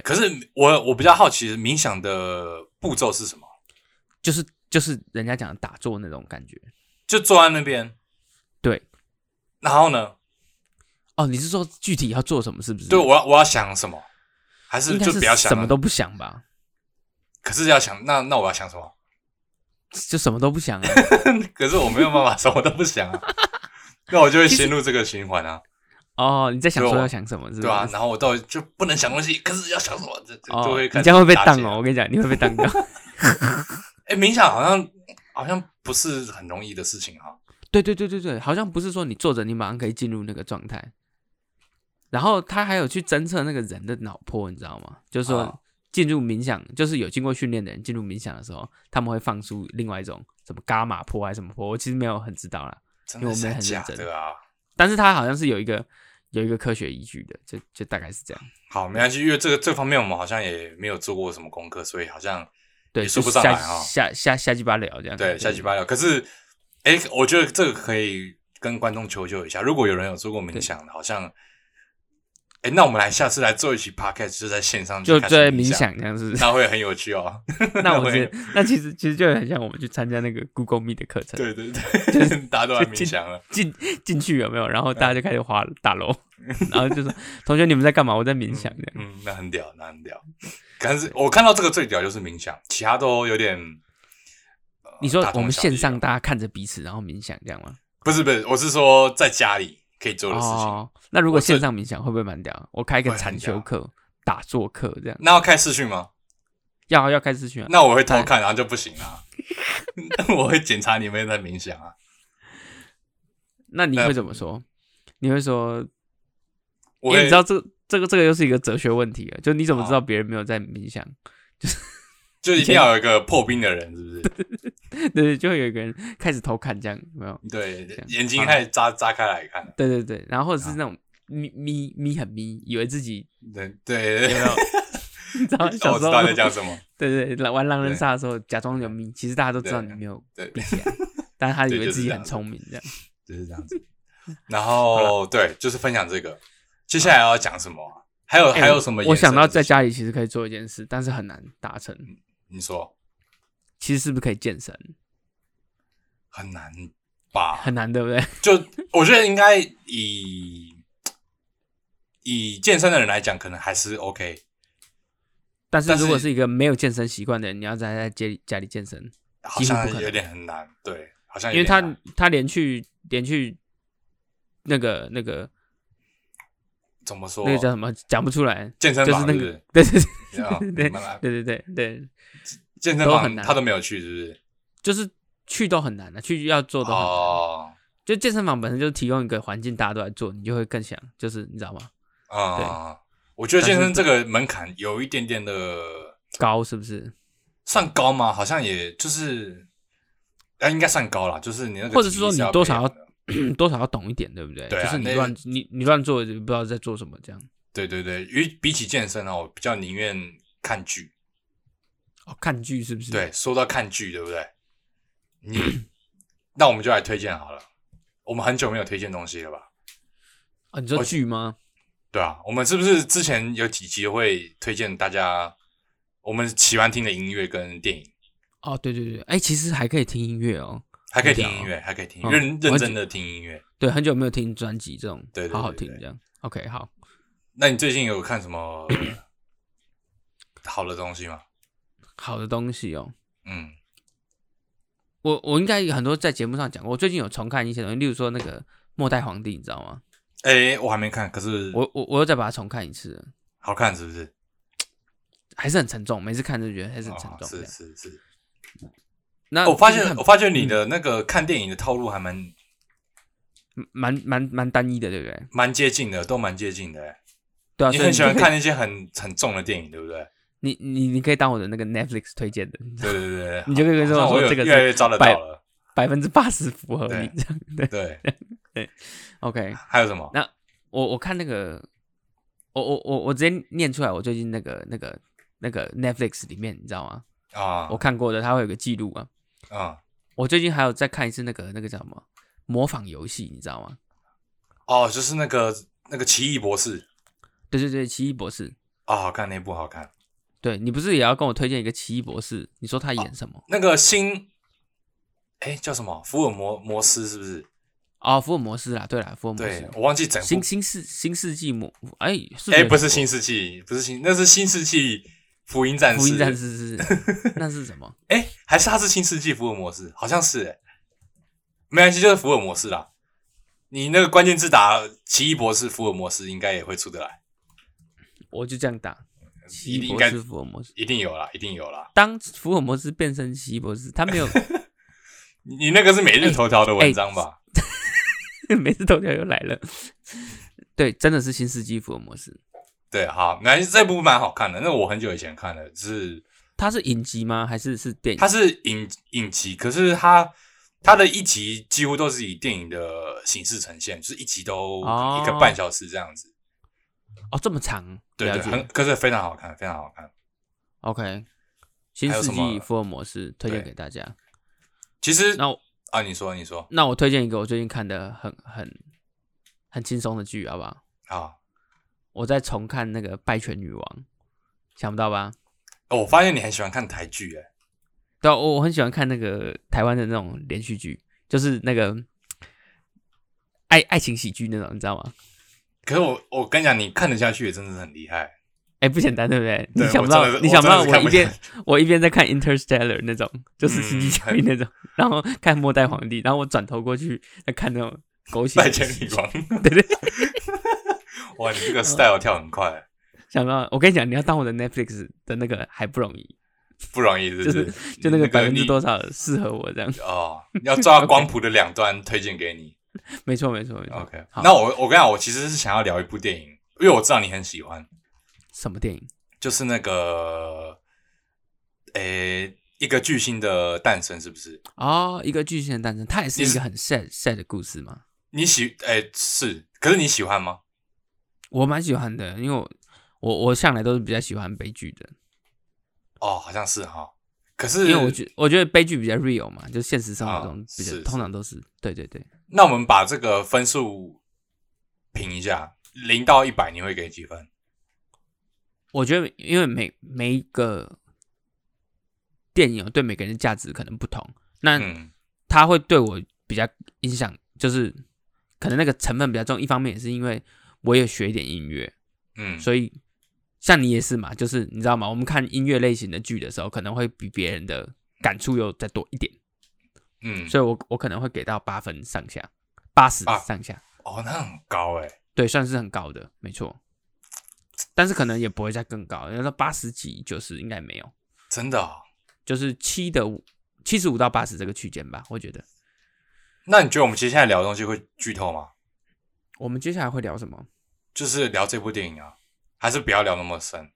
[SPEAKER 1] 可是我我比较好奇，冥想的步骤是什么？
[SPEAKER 2] 就是就是人家讲的打坐那种感觉。
[SPEAKER 1] 就坐在那边，
[SPEAKER 2] 对，
[SPEAKER 1] 然后呢？
[SPEAKER 2] 哦，你是说具体要做什么？是不是？
[SPEAKER 1] 对我要我要想什么？还是
[SPEAKER 2] 应该
[SPEAKER 1] 就不要想啊
[SPEAKER 2] 什么
[SPEAKER 1] 了
[SPEAKER 2] 都不想吧，
[SPEAKER 1] 可是要想，那那我要想什么？
[SPEAKER 2] 就什么都不 想啊。
[SPEAKER 1] 可是我没有办法，什么都不想啊。 那我就会陷入这个循环啊，
[SPEAKER 2] 哦，你在想说
[SPEAKER 1] 对我
[SPEAKER 2] 要想什么是
[SPEAKER 1] 啊对
[SPEAKER 2] 吧
[SPEAKER 1] 吧、？然后我到底就不能想东西，可是要想什么，这这
[SPEAKER 2] 嗯哦
[SPEAKER 1] 就，会开
[SPEAKER 2] 你
[SPEAKER 1] 始
[SPEAKER 2] 这样会被
[SPEAKER 1] 打
[SPEAKER 2] 当
[SPEAKER 1] 结啊
[SPEAKER 2] 哦，我。跟你讲，你会被当掉。
[SPEAKER 1] 哎，冥想好像好像不是很容易的事情啊哈、
[SPEAKER 2] 对对对对对，好像不是说你坐着你马上可以进入那个状态。然后他还有去侦测那个人的脑波，你知道吗？就是说
[SPEAKER 1] 哦
[SPEAKER 2] 进入冥想，就是有经过训练的人进入冥想的时候，他们会放出另外一种什么伽马波还是什么波，我其实没有很知道啦。
[SPEAKER 1] 真
[SPEAKER 2] 因为
[SPEAKER 1] 的
[SPEAKER 2] 我们
[SPEAKER 1] 是
[SPEAKER 2] 很
[SPEAKER 1] 假
[SPEAKER 2] 认真
[SPEAKER 1] 的啊？
[SPEAKER 2] 但是他好像是有一个有一个科学依据的，就就大概是这样。
[SPEAKER 1] 好，没关系，因为这个这方面我们好像也没有做过什么功课，所以好像
[SPEAKER 2] 对，
[SPEAKER 1] 也说
[SPEAKER 2] 就
[SPEAKER 1] 不上来
[SPEAKER 2] 下
[SPEAKER 1] 哦
[SPEAKER 2] 下下下鸡巴聊这样。
[SPEAKER 1] 对下鸡巴了。可是，哎、我觉得这个可以跟观众求救一下，如果有人有做过冥想的，好像哎，那我们来下次来做一期 podcast，就在线上
[SPEAKER 2] 就
[SPEAKER 1] 开始
[SPEAKER 2] 在
[SPEAKER 1] 冥
[SPEAKER 2] 冥，想这 样子。
[SPEAKER 1] 那会很有趣哦。
[SPEAKER 2] 那我
[SPEAKER 1] 会
[SPEAKER 2] 觉得，那其实其实就很像我们去参加那个 Google Meet 的课程，
[SPEAKER 1] 对对 对，大家都来冥想了。
[SPEAKER 2] 进进去有没有？然
[SPEAKER 1] 嗯
[SPEAKER 2] 后大家就开始划大楼， 然后就说：“同学，你们在干嘛？我在冥想。”这样
[SPEAKER 1] 嗯，那很屌，那很屌。但是我看到这个最屌就是冥想，其他都有点。呃
[SPEAKER 2] 你说
[SPEAKER 1] 大同
[SPEAKER 2] 我们
[SPEAKER 1] 小异啊
[SPEAKER 2] 线上大家看着彼此，然后冥想这样吗？
[SPEAKER 1] 不是不是，我是说在家里可以做的事情。
[SPEAKER 2] 哦，那如果
[SPEAKER 1] 我这
[SPEAKER 2] 线上冥想会不会蛮屌？啊我开一个
[SPEAKER 1] 会很
[SPEAKER 2] 禅修
[SPEAKER 1] 屌啊
[SPEAKER 2] 课、打坐课这样，
[SPEAKER 1] 那要开视讯吗？
[SPEAKER 2] 要要开始去啊？
[SPEAKER 1] 那我会偷看，然后就不行啊。 我会检查你有没有在冥想啊。
[SPEAKER 2] 那你
[SPEAKER 1] 那
[SPEAKER 2] 会怎么说？你会说，因
[SPEAKER 1] 我
[SPEAKER 2] 为
[SPEAKER 1] 会
[SPEAKER 2] 你知道这这个这个又是一个哲学问题了，啊就你怎么知
[SPEAKER 1] 好
[SPEAKER 2] 道别人没有在冥想？
[SPEAKER 1] 就一定要有一个破冰的人，是不是？
[SPEAKER 2] 对，就会有一个人开始偷看这样，有没有？
[SPEAKER 1] 对
[SPEAKER 2] 这样，
[SPEAKER 1] 眼睛开始眨眨开来看。
[SPEAKER 2] 对对对，然后或者是那种咪咪咪很咪，以为自己
[SPEAKER 1] 对 对 对，
[SPEAKER 2] 你知道
[SPEAKER 1] 哦
[SPEAKER 2] 小
[SPEAKER 1] 我
[SPEAKER 2] 时
[SPEAKER 1] 知道你在
[SPEAKER 2] 候
[SPEAKER 1] 讲什么。
[SPEAKER 2] 对对玩狼人
[SPEAKER 1] 对
[SPEAKER 2] 杀的时候假装有咪，其实大家都知道
[SPEAKER 1] 对
[SPEAKER 2] 你没有
[SPEAKER 1] 对
[SPEAKER 2] 闭起来，但是他以
[SPEAKER 1] 对
[SPEAKER 2] 为
[SPEAKER 1] 就是
[SPEAKER 2] 自己
[SPEAKER 1] 这
[SPEAKER 2] 很
[SPEAKER 1] 样子
[SPEAKER 2] 聪明这样。
[SPEAKER 1] 就是这样子。然后对，就是分享这个。接下来要讲什么啊？还有
[SPEAKER 2] 哎
[SPEAKER 1] 还有
[SPEAKER 2] 我
[SPEAKER 1] 什么
[SPEAKER 2] 我
[SPEAKER 1] 延伸的事情？嗯
[SPEAKER 2] 想到在家里其实可以做一件事，但是很难达成。
[SPEAKER 1] 你说
[SPEAKER 2] 其实是不是可以健身？
[SPEAKER 1] 很难吧？
[SPEAKER 2] 很难，对不对？
[SPEAKER 1] 就我觉得应该以以健身的人来讲，可能还是 OK。
[SPEAKER 2] 但是
[SPEAKER 1] 但是
[SPEAKER 2] 如果是一个没有健身习惯的人，你要在在家里家里健身，
[SPEAKER 1] 好
[SPEAKER 2] 几乎不
[SPEAKER 1] 像
[SPEAKER 2] 可能
[SPEAKER 1] 有点很难，对，好像有
[SPEAKER 2] 因为
[SPEAKER 1] 点
[SPEAKER 2] 他
[SPEAKER 1] 难
[SPEAKER 2] 他连去连去那个那个
[SPEAKER 1] 怎么说
[SPEAKER 2] 那个叫什么讲不出来，
[SPEAKER 1] 健身
[SPEAKER 2] 就
[SPEAKER 1] 房
[SPEAKER 2] 是那
[SPEAKER 1] 是不
[SPEAKER 2] 个
[SPEAKER 1] 是
[SPEAKER 2] 对对
[SPEAKER 1] 啊
[SPEAKER 2] 对
[SPEAKER 1] 你们来
[SPEAKER 2] 对对对对，
[SPEAKER 1] 健身
[SPEAKER 2] 都很
[SPEAKER 1] 房
[SPEAKER 2] 难
[SPEAKER 1] 他都没有去，是不是？
[SPEAKER 2] 就是去都很难的，去要做都很难。
[SPEAKER 1] 哦，
[SPEAKER 2] 就健身房本身就提供一个环境，大家都来做，你就会更想，就是你知道吗？
[SPEAKER 1] 啊，我觉得
[SPEAKER 2] 但是
[SPEAKER 1] 健身这个门槛有一点点的
[SPEAKER 2] 高是不是？
[SPEAKER 1] 算高吗？好像也就是，啊，应该算高啦，就是你那个，
[SPEAKER 2] 或者是说你多少要
[SPEAKER 1] 要，
[SPEAKER 2] 多少要懂一点，对不对？
[SPEAKER 1] 对啊
[SPEAKER 2] 就是你
[SPEAKER 1] 那
[SPEAKER 2] 乱你你乱做，就不知道在做什么这样。
[SPEAKER 1] 对对对，与比起健身啊，我比较宁愿看剧。
[SPEAKER 2] 哦，看剧是不是？
[SPEAKER 1] 对，说到看剧，对不对？你 那我们就来推荐好了。我们很久没有推荐东西了吧？
[SPEAKER 2] 啊，你说剧吗？
[SPEAKER 1] 对啊，我们是不是之前有几集会推荐大家我们喜欢听的音乐跟电影？
[SPEAKER 2] 哦，对对对，哎、其实还可以听音乐哦。
[SPEAKER 1] 还可以
[SPEAKER 2] 很
[SPEAKER 1] 听
[SPEAKER 2] 屌
[SPEAKER 1] 音乐，还可以听
[SPEAKER 2] 嗯
[SPEAKER 1] 认
[SPEAKER 2] 我
[SPEAKER 1] 认
[SPEAKER 2] 很
[SPEAKER 1] 真的听音乐。
[SPEAKER 2] 对，很久没有听专辑这种，
[SPEAKER 1] 对对对
[SPEAKER 2] 好好听
[SPEAKER 1] 对对
[SPEAKER 2] 这样。OK，好，
[SPEAKER 1] 那你最近有看什么 好的东西吗？
[SPEAKER 2] 好的东西哦。
[SPEAKER 1] 嗯，
[SPEAKER 2] 我我应该很多在节目上讲过，我最近有重看一些东西，例如说那个《末代皇帝》，你知道吗？
[SPEAKER 1] 诶，我还没看，可是
[SPEAKER 2] 我我我又再把它重看一次了，
[SPEAKER 1] 好看是不是？
[SPEAKER 2] 还是很沉重，每次看就觉得还是很沉
[SPEAKER 1] 哦
[SPEAKER 2] 重这
[SPEAKER 1] 是
[SPEAKER 2] 样。
[SPEAKER 1] 是是。
[SPEAKER 2] 那
[SPEAKER 1] 我发
[SPEAKER 2] 最近
[SPEAKER 1] 现
[SPEAKER 2] 啊
[SPEAKER 1] 哦
[SPEAKER 2] 看嗯
[SPEAKER 1] 我发现你的那个看电影的套路还蛮
[SPEAKER 2] 蛮蛮蛮单一的，对不对？
[SPEAKER 1] 蛮接近的，都蛮接近的诶。
[SPEAKER 2] 对啊，
[SPEAKER 1] 你
[SPEAKER 2] 所以
[SPEAKER 1] 很喜欢
[SPEAKER 2] 就可以
[SPEAKER 1] 看那些很很重的电影，对不对？
[SPEAKER 2] 你你你可以当我的那个 Netflix 推荐的，
[SPEAKER 1] 对对对对，
[SPEAKER 2] 你就可以跟
[SPEAKER 1] 哦好像
[SPEAKER 2] 我
[SPEAKER 1] 我
[SPEAKER 2] 说
[SPEAKER 1] 有
[SPEAKER 2] 这个
[SPEAKER 1] 越来
[SPEAKER 2] 是
[SPEAKER 1] 越抓得到
[SPEAKER 2] 百
[SPEAKER 1] 了。
[SPEAKER 2] 百分之八十符合
[SPEAKER 1] 对
[SPEAKER 2] 你这样。对
[SPEAKER 1] 对，
[SPEAKER 2] ，OK，
[SPEAKER 1] 还有什么？
[SPEAKER 2] 我我看那个，我我我我直接念出来，我最近那个那个那个 Netflix 里面，你知道吗？
[SPEAKER 1] 啊
[SPEAKER 2] 我看过的，它会有个记录啊。
[SPEAKER 1] 啊
[SPEAKER 2] 我最近还有再看一次那个那个叫什么模仿游戏，你知道吗？
[SPEAKER 1] 哦，就是那个那个奇异博士
[SPEAKER 2] 对对对，奇异博士，
[SPEAKER 1] 啊，好看那部好看。
[SPEAKER 2] 对你不是也要跟我推荐一个奇异博士？你说他演什么？
[SPEAKER 1] 那个新，哎，叫什么？福尔摩摩斯是不是？
[SPEAKER 2] 哦，福尔摩斯啦，对啦，福尔摩
[SPEAKER 1] 对
[SPEAKER 2] 斯，
[SPEAKER 1] 我忘记整部
[SPEAKER 2] 嗯新。新世新世纪魔，哎、是
[SPEAKER 1] 哎，
[SPEAKER 2] 有
[SPEAKER 1] 不是
[SPEAKER 2] 听
[SPEAKER 1] 新世纪，不是新，那是新世纪福音战
[SPEAKER 2] 过
[SPEAKER 1] 士。
[SPEAKER 2] 福音战士 是是，那是什么？
[SPEAKER 1] 哎，还是他是新世纪福尔摩斯，好像是哎，没关系，就是福尔摩斯啦。你那个关键字打奇异博士、福尔摩斯，应该也会出得来，
[SPEAKER 2] 我就这样打，奇
[SPEAKER 1] 一
[SPEAKER 2] 异
[SPEAKER 1] 定应
[SPEAKER 2] 博
[SPEAKER 1] 该
[SPEAKER 2] 士福尔摩斯。
[SPEAKER 1] 一定有啦，一定有啦。
[SPEAKER 2] 当福尔摩斯变身奇异博士，他没 有
[SPEAKER 1] 你你那个是每日头条的文章吧？
[SPEAKER 2] 每次头条又来了。对，真的是新世纪福尔摩斯。
[SPEAKER 1] 对，好，没关系，这部蛮好看的。那我很久以前看的，
[SPEAKER 2] 嗯
[SPEAKER 1] 是
[SPEAKER 2] 它是影集吗？还是是电影
[SPEAKER 1] 它？是影影集，可是它它的一集几乎都是以电影的形式呈现，就是一集都
[SPEAKER 2] 哦
[SPEAKER 1] 一个半小时这样子。
[SPEAKER 2] 哦，这么长，
[SPEAKER 1] 对
[SPEAKER 2] 了
[SPEAKER 1] 对，
[SPEAKER 2] 解。
[SPEAKER 1] 很可是非常好看，非常好看。
[SPEAKER 2] OK，新世
[SPEAKER 1] 还有什
[SPEAKER 2] 纪
[SPEAKER 1] 么
[SPEAKER 2] 福尔摩斯推荐
[SPEAKER 1] 对
[SPEAKER 2] 给大家。
[SPEAKER 1] 其实
[SPEAKER 2] 那我
[SPEAKER 1] 啊，你说你说
[SPEAKER 2] 那我推荐一个我最近看的很很很轻松的剧，好不好？
[SPEAKER 1] 好，
[SPEAKER 2] 我在重看那个《拜权女王》，想不到吧？
[SPEAKER 1] 哦，我发现你很喜欢看台剧，哎，
[SPEAKER 2] 对啊、我我很喜欢看那个台湾的那种连续剧，就是那个爱爱情喜剧那种，你知道吗？
[SPEAKER 1] 可是我我跟你讲，你看得下去也真的是很厉害。
[SPEAKER 2] 哎、不简单，对不对？
[SPEAKER 1] 对
[SPEAKER 2] 你想
[SPEAKER 1] 我真
[SPEAKER 2] 不到
[SPEAKER 1] 的是，
[SPEAKER 2] 你想不到，
[SPEAKER 1] 我真的是
[SPEAKER 2] 我
[SPEAKER 1] 看
[SPEAKER 2] 一
[SPEAKER 1] 不
[SPEAKER 2] 边
[SPEAKER 1] 下去
[SPEAKER 2] 我一边在看 Interstellar 那种，就是星
[SPEAKER 1] 嗯
[SPEAKER 2] 际效应那种，然后看末代皇帝，然后我转头过去在看那种 狗血
[SPEAKER 1] 拜
[SPEAKER 2] 的
[SPEAKER 1] 见
[SPEAKER 2] 喜
[SPEAKER 1] 女
[SPEAKER 2] 剧，
[SPEAKER 1] 王，
[SPEAKER 2] 对对，
[SPEAKER 1] 哇，你这
[SPEAKER 2] 嗯
[SPEAKER 1] 个 style 跳很快，
[SPEAKER 2] 想不到，我跟你讲，你要当我的 Netflix 的那个还不容易，
[SPEAKER 1] 不容易，是不是？
[SPEAKER 2] 就那个
[SPEAKER 1] 你
[SPEAKER 2] 百分之
[SPEAKER 1] 你
[SPEAKER 2] 多少适合我这样？
[SPEAKER 1] 哦，要抓到光谱的两端，推荐给 你。
[SPEAKER 2] 没错，没错，没错。
[SPEAKER 1] OK，
[SPEAKER 2] 好
[SPEAKER 1] 那我我跟你讲，我其实是想要聊一部电影，因为我知道你很喜欢，
[SPEAKER 2] 什么电影？
[SPEAKER 1] 就是那个，诶、一个巨星的诞生，是不是？
[SPEAKER 2] 哦，一个巨星的诞生，它也是
[SPEAKER 1] 你
[SPEAKER 2] 一
[SPEAKER 1] 是
[SPEAKER 2] 个很 sad sad 的故事嘛。
[SPEAKER 1] 你喜诶、是，可是你喜欢吗？
[SPEAKER 2] 我蛮喜欢的，因为我我我向来都是比较喜欢悲剧的，
[SPEAKER 1] 哦，好像是哈。可
[SPEAKER 2] 因
[SPEAKER 1] 是
[SPEAKER 2] 为我觉我觉得悲剧比较 real 嘛，就现实生活中
[SPEAKER 1] 啊
[SPEAKER 2] 比较、
[SPEAKER 1] 是
[SPEAKER 2] 通常都是对对对，
[SPEAKER 1] 那我们把这个分数评一下，零到一百你会给几分？
[SPEAKER 2] 我觉得因为每每一个电影对每个人的价值可能不同，那
[SPEAKER 1] 嗯，
[SPEAKER 2] 它会对我比较影响，就是可能那个成分比较重，一方面也是因为我也学一点音乐，
[SPEAKER 1] 嗯，
[SPEAKER 2] 所以像你也是嘛，就是你知道吗？我们看音乐类型的剧的时候，可能会比别人的感触又再多一点，
[SPEAKER 1] 嗯，
[SPEAKER 2] 所以我我可能会给到八分上下，八十
[SPEAKER 1] 啊
[SPEAKER 2] 上下，
[SPEAKER 1] 哦，那很高诶、
[SPEAKER 2] 对，算是很高的，没错。但是可能也不会再更高，要到八十几、九十应该没有，
[SPEAKER 1] 真的、哦。
[SPEAKER 2] 就是七的七十五到八十这个区间吧，我觉得。
[SPEAKER 1] 那你觉得我们接下来聊的东西会剧透吗？
[SPEAKER 2] 我们接下来会聊什么？
[SPEAKER 1] 就是聊这部电影啊，还是不要聊那么深？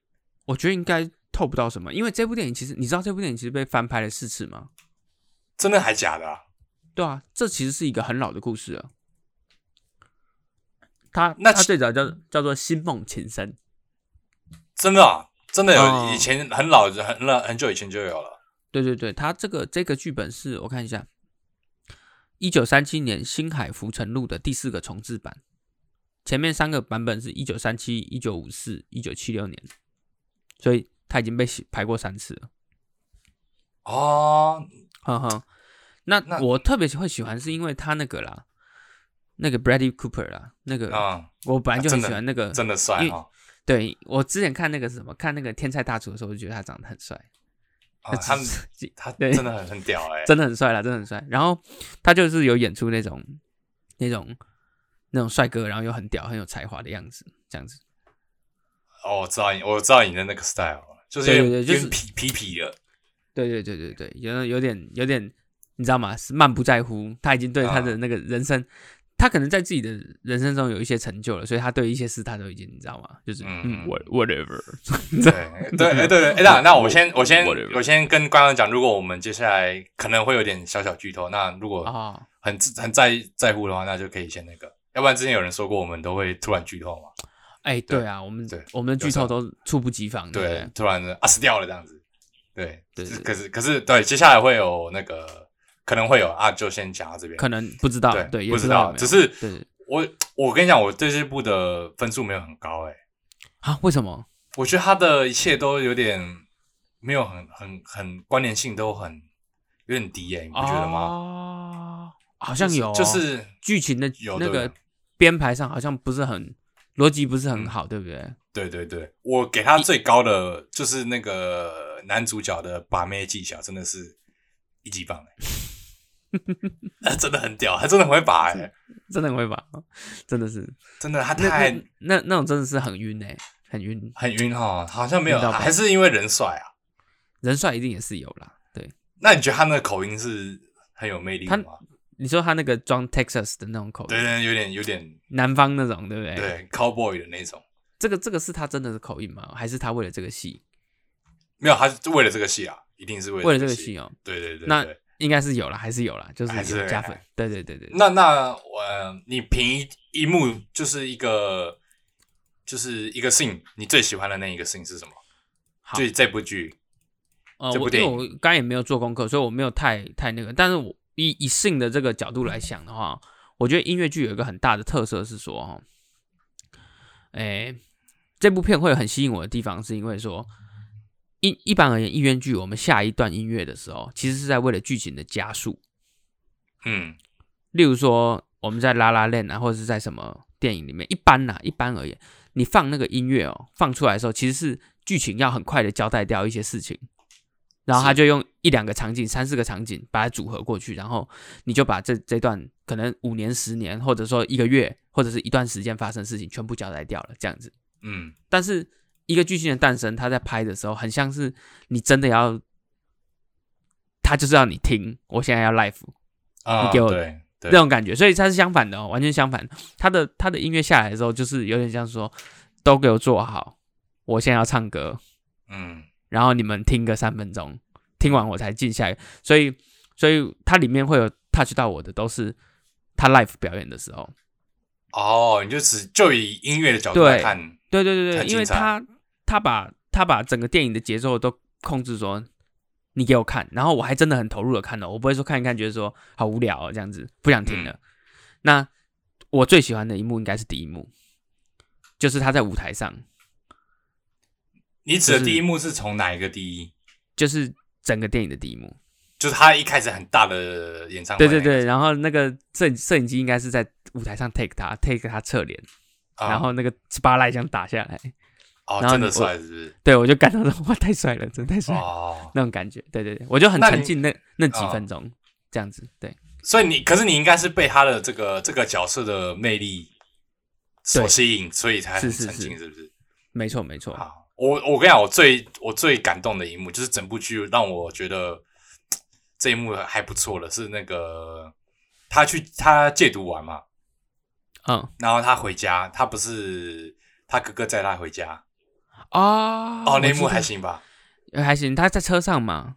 [SPEAKER 2] 我觉得应该透不到什么，因为这部电影其实你知道这部电影其实被翻拍了四次吗？
[SPEAKER 1] 真的还假的、啊？
[SPEAKER 2] 对啊，这其实是一个很老的故事了。它
[SPEAKER 1] 那
[SPEAKER 2] 它
[SPEAKER 1] 其嗯
[SPEAKER 2] 最早叫叫做《星梦情深》，
[SPEAKER 1] 真的啊，真的有，
[SPEAKER 2] 哦
[SPEAKER 1] 以前很老，很老很久以前就有了。
[SPEAKER 2] 对对对，它这个这个剧本是我看一下，一九三七年《星海浮沉录》的第四个重制版，前面三个版本是一九三七、一九五四、一九七六年，所以它已经被洗排过三次了。
[SPEAKER 1] 哦，
[SPEAKER 2] 哼哼，那
[SPEAKER 1] 那
[SPEAKER 2] 我特别会喜欢是因为他那个啦，那个 Bradley Cooper 啦，那个、
[SPEAKER 1] 嗯，
[SPEAKER 2] 我本来就
[SPEAKER 1] 啊真
[SPEAKER 2] 很
[SPEAKER 1] 的
[SPEAKER 2] 喜欢那个。
[SPEAKER 1] 真的帅
[SPEAKER 2] 因为
[SPEAKER 1] 哈、
[SPEAKER 2] 对我之前看那个什么，看那个《天才大厨》的时候，我就觉得他长得很帅，
[SPEAKER 1] 啊，他
[SPEAKER 2] 其实
[SPEAKER 1] 他
[SPEAKER 2] 对
[SPEAKER 1] 真的很很屌哎、
[SPEAKER 2] 真的很帅啦，真的很帅。然后他就是有演出那种那种那种帅哥，然后又很屌、很有才华的样子，这样子。
[SPEAKER 1] 哦，我知道你，我知道你的那个 style，就是
[SPEAKER 2] 对
[SPEAKER 1] 有
[SPEAKER 2] 对
[SPEAKER 1] 点
[SPEAKER 2] 对就是
[SPEAKER 1] 有点痞痞痞 的。
[SPEAKER 2] 对对对对对，有有点有点，你知道吗？是漫不在乎，他已经对
[SPEAKER 1] 啊
[SPEAKER 2] 他的那个人生，他可能在自己的人生中有一些成就了，所以他对一些事他都已经你知道吗？就是
[SPEAKER 1] 嗯
[SPEAKER 2] 嗯，what whatever，
[SPEAKER 1] 对对哎对对，哎那那我先我先
[SPEAKER 2] Whatever
[SPEAKER 1] 我先跟观众讲，如果我们接下来可能会有点小小剧透，那如
[SPEAKER 2] 啊、
[SPEAKER 1] 果很很在在乎的话，那就可以先那个，要不然之前有人说过我们都会突然剧透嘛，
[SPEAKER 2] 哎，对啊，我们
[SPEAKER 1] 对
[SPEAKER 2] 我们的
[SPEAKER 1] 有
[SPEAKER 2] 剧
[SPEAKER 1] 时候
[SPEAKER 2] 透都猝不及防，对不
[SPEAKER 1] 对
[SPEAKER 2] 对，
[SPEAKER 1] 突然的啊死掉了这样子，对，
[SPEAKER 2] 嗯对对对
[SPEAKER 1] 可是可是对，接下来会有那个可能会有啊，就先讲到这边，
[SPEAKER 2] 可能不知道，
[SPEAKER 1] 对
[SPEAKER 2] 对，也
[SPEAKER 1] 不
[SPEAKER 2] 知
[SPEAKER 1] 知道
[SPEAKER 2] 有没有
[SPEAKER 1] 只是
[SPEAKER 2] 对
[SPEAKER 1] 我我跟你讲，我对这部的分数没有很高哎、
[SPEAKER 2] 啊，为什么？
[SPEAKER 1] 我觉得他的一切都有点没有很很很关联性都很有点低哎、你不觉得吗？
[SPEAKER 2] 吗？哦好像有哦、
[SPEAKER 1] 就是
[SPEAKER 2] 剧情的
[SPEAKER 1] 有
[SPEAKER 2] 那
[SPEAKER 1] 对
[SPEAKER 2] 个
[SPEAKER 1] 不
[SPEAKER 2] 编排上好像不是很逻辑，不是很
[SPEAKER 1] 嗯
[SPEAKER 2] 好，对不对？
[SPEAKER 1] 对对对，我给他最高的就是那个男主角的把妹技巧，真的是一级棒 哎、欸，真的很屌，他真的很会把哎、
[SPEAKER 2] 真的很会吧？ 真的是，
[SPEAKER 1] 真的他
[SPEAKER 2] 那
[SPEAKER 1] 太
[SPEAKER 2] 那那那种真的是很晕哎、很晕。
[SPEAKER 1] 很晕哈，好像没有，
[SPEAKER 2] 晕到爆
[SPEAKER 1] 还是因为人帅啊？
[SPEAKER 2] 人帅一定也是有啦，对。
[SPEAKER 1] 那你觉得他那个口音是很有魅力的吗？
[SPEAKER 2] 你说他那个装 Texas 的那种口音，
[SPEAKER 1] 对对，有点有点
[SPEAKER 2] 南方那种，对不对？
[SPEAKER 1] 对 cowboy 的那种，
[SPEAKER 2] 这个这个是他真的是口音吗？还是他为了这个戏，
[SPEAKER 1] 没有，他是为了这个戏啊，一定是为
[SPEAKER 2] 为了
[SPEAKER 1] 这
[SPEAKER 2] 这个
[SPEAKER 1] 戏
[SPEAKER 2] 戏，哦？
[SPEAKER 1] 对对对
[SPEAKER 2] 那
[SPEAKER 1] 对
[SPEAKER 2] 应该是有了，还是有了，就是
[SPEAKER 1] 还是
[SPEAKER 2] 有加分
[SPEAKER 1] 还。
[SPEAKER 2] 对对对对，
[SPEAKER 1] 那那我、呃你评一一幕就是一个就是一个 scene，你最喜欢的那一个 scene 是什么？
[SPEAKER 2] 好
[SPEAKER 1] 就这部剧
[SPEAKER 2] 呃，
[SPEAKER 1] 这部
[SPEAKER 2] 我因
[SPEAKER 1] 电
[SPEAKER 2] 为
[SPEAKER 1] 影
[SPEAKER 2] 我刚刚也没有做功课，所以我没有太太那个。但是我以以性的这个角度来想的话，我觉得音乐剧有一个很大的特色是说，哈，诶，这部片会很吸引我的地方，是因为说一一般而言，音乐剧我们下一段音乐的时候，其实是在为了剧情的加速。
[SPEAKER 1] 嗯
[SPEAKER 2] 例如说我们在拉拉链啊，或者是在什么电影里面，一般呐、一般而言，你放那个音乐哦，放出来的时候，其实是剧情要很快的交代掉一些事情，然后他
[SPEAKER 1] 是
[SPEAKER 2] 就用一两个场景、三四个场景把它组合过去，然后你就把这这段可能五年、十年，或者说一个月，或者是一段时间发生的事情全部交代掉了，这样子。
[SPEAKER 1] 嗯，
[SPEAKER 2] 但是一个巨星的诞生，他在拍的时候，很像是你真的要，他就是要你听，我现在要 live，
[SPEAKER 1] 啊，
[SPEAKER 2] 你给我
[SPEAKER 1] 对对
[SPEAKER 2] 那种感觉，所以它是相反的、哦，完全相反。他的他的音乐下来的时候，就是有点像说，都给我做好，我现在要唱歌，
[SPEAKER 1] 嗯
[SPEAKER 2] 然后你们听个三分钟，听完我才静下来。所以，所以它里面会有 touch 到我的，都是他 live 表演的时候。
[SPEAKER 1] 哦，你就只就以音乐的角度来
[SPEAKER 2] 对
[SPEAKER 1] 看，
[SPEAKER 2] 对对对对，
[SPEAKER 1] 很
[SPEAKER 2] 因为
[SPEAKER 1] 精彩
[SPEAKER 2] 他他把他把整个电影的节奏都控制说，你给我看，然后我还真的很投入的看了、我不会说看一看觉得说好无聊、哦、这样子不想听了。
[SPEAKER 1] 嗯
[SPEAKER 2] 那我最喜欢的一幕应该是第一幕，就是他在舞台上，
[SPEAKER 1] 你指的
[SPEAKER 2] 就是
[SPEAKER 1] 第一幕是从哪一个第一？
[SPEAKER 2] 就是整个电影的第一幕。
[SPEAKER 1] 就是他一开始很大的演唱会
[SPEAKER 2] 对
[SPEAKER 1] 那
[SPEAKER 2] 对
[SPEAKER 1] 个，
[SPEAKER 2] 对，然后那个摄摄影机应该是在舞台上 take 他 take 他侧脸，
[SPEAKER 1] 啊，
[SPEAKER 2] 然后那个 s p a l i 这样打下来，
[SPEAKER 1] 哦，
[SPEAKER 2] 然后
[SPEAKER 1] 真
[SPEAKER 2] 你
[SPEAKER 1] 的
[SPEAKER 2] 我
[SPEAKER 1] 帅是不是？
[SPEAKER 2] 对我就感动到哇太帅了，真的太帅了。
[SPEAKER 1] 哦，
[SPEAKER 2] 那种感觉，对对对，我就很
[SPEAKER 1] 那你
[SPEAKER 2] 沉浸那那几
[SPEAKER 1] 哦
[SPEAKER 2] 分钟、这样子，对
[SPEAKER 1] 所以你可是你应该是被他的这个这个角色的魅力所
[SPEAKER 2] 对
[SPEAKER 1] 吸引，所以才很
[SPEAKER 2] 是是
[SPEAKER 1] 沉
[SPEAKER 2] 是
[SPEAKER 1] 浸，是不是？
[SPEAKER 2] 没错没错，
[SPEAKER 1] 好，我我跟你讲，我最我最感动的一幕，就是整部剧让我觉得嘖这一幕还不错了，是那个他去他戒毒完嘛，
[SPEAKER 2] 嗯
[SPEAKER 1] 然后他回家，他不是他哥哥载他回家，
[SPEAKER 2] 啊
[SPEAKER 1] 哦，那一幕还，行吧？
[SPEAKER 2] 我知呃道还行，他在车上嘛，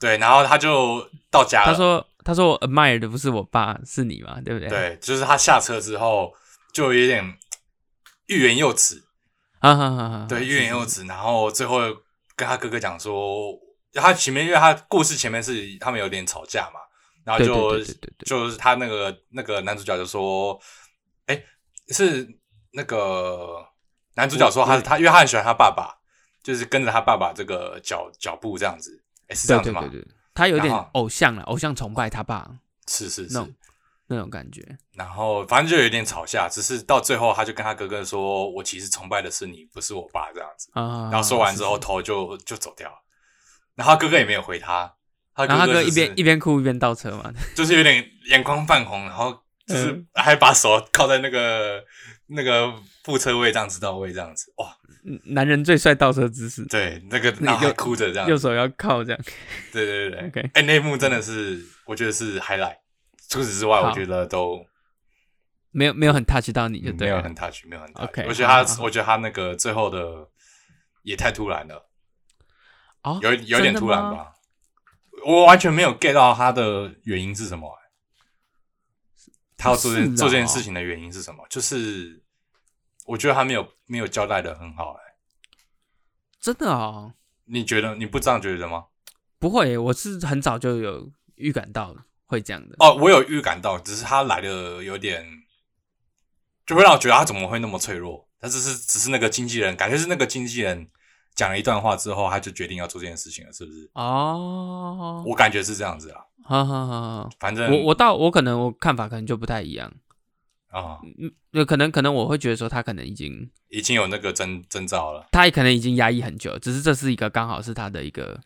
[SPEAKER 1] 对，然后他就到家了，
[SPEAKER 2] 他说他说我 admire 的不是我爸，是你嘛，对不对？，
[SPEAKER 1] 对，就是他下车之后就有点嘖欲言又止，
[SPEAKER 2] 啊哈哈哈，
[SPEAKER 1] 对，
[SPEAKER 2] 是
[SPEAKER 1] 欲言又，止，然后最后跟他哥哥讲说，他前面因为他故事前面是他们有点吵架嘛，然后
[SPEAKER 2] 对对
[SPEAKER 1] 就
[SPEAKER 2] 对对对对
[SPEAKER 1] 就是他那个那个男主角就说，哎，是那个男主角说他
[SPEAKER 2] 我
[SPEAKER 1] 他因为他很喜欢他爸爸，就是跟着他爸爸这个脚脚步这样子，哎，是这
[SPEAKER 2] 对
[SPEAKER 1] 样子
[SPEAKER 2] 对
[SPEAKER 1] 吗？
[SPEAKER 2] 对对，对他有点
[SPEAKER 1] 然后
[SPEAKER 2] 偶像了，偶像崇拜他爸
[SPEAKER 1] 是是是
[SPEAKER 2] 那。种那种感觉，
[SPEAKER 1] 然后反正就有点吵架，只是到最后他就跟他哥哥说：“我其实崇拜的是你，不是我爸。”这样子。
[SPEAKER 2] 啊，
[SPEAKER 1] 然后说完之后，
[SPEAKER 2] 是，
[SPEAKER 1] 头就就走掉了。然后他哥哥也没有回他，他
[SPEAKER 2] 是然后他哥
[SPEAKER 1] 哥
[SPEAKER 2] 一
[SPEAKER 1] 就是
[SPEAKER 2] 边一边哭一边倒车嘛，
[SPEAKER 1] 就是有点眼眶泛红，然后就是
[SPEAKER 2] 嗯
[SPEAKER 1] 还把手靠在那个那个副车位这样子到位这样子，哇，
[SPEAKER 2] 嗯男人最帅倒车姿势，
[SPEAKER 1] 对，那个
[SPEAKER 2] 那
[SPEAKER 1] 然后还
[SPEAKER 2] 右
[SPEAKER 1] 哭着这样
[SPEAKER 2] 右
[SPEAKER 1] 子，
[SPEAKER 2] 手要靠这样
[SPEAKER 1] 对对对对，
[SPEAKER 2] ，OK，
[SPEAKER 1] 哎，那一幕真的是我觉得是 highlight。除此之外，
[SPEAKER 2] 好
[SPEAKER 1] 我觉得都
[SPEAKER 2] 没有没有很 touch 到你就
[SPEAKER 1] 嗯没
[SPEAKER 2] 对了
[SPEAKER 1] 有，很 touch，没有很 touch。
[SPEAKER 2] OK，
[SPEAKER 1] 我觉得他
[SPEAKER 2] 好好，好
[SPEAKER 1] 我觉得他那个最后的也太突然了，
[SPEAKER 2] 哦
[SPEAKER 1] 有有点
[SPEAKER 2] 真的
[SPEAKER 1] 突然
[SPEAKER 2] 吗
[SPEAKER 1] 吧。我完全没有 get 到他的原因是什么、欸他要做这、
[SPEAKER 2] 是啊
[SPEAKER 1] 做这件事情的原因是什么？就是我觉得他没有没有交代的很好、哎，
[SPEAKER 2] 真的哦，
[SPEAKER 1] 你觉得你不这样觉得吗？
[SPEAKER 2] 不会，我是很早就有预感到会这样的。
[SPEAKER 1] 哦，我有预感到，只是他来的有点，就会让我觉得他怎么会那么脆弱？他只是只是那个经纪人，感觉是那个经纪人讲了一段话之后，他就决定要做这件事情了，是不是？
[SPEAKER 2] 哦，
[SPEAKER 1] 我感觉是这样子啊，
[SPEAKER 2] 好好好好，
[SPEAKER 1] 反正
[SPEAKER 2] 我我到我可能我看法可能就不太一样，
[SPEAKER 1] 啊、
[SPEAKER 2] 那可能可能我会觉得说他可能已经
[SPEAKER 1] 已经有那个征征兆了。
[SPEAKER 2] 他也可能已经压抑很久了，只是这是一个刚好是他的一个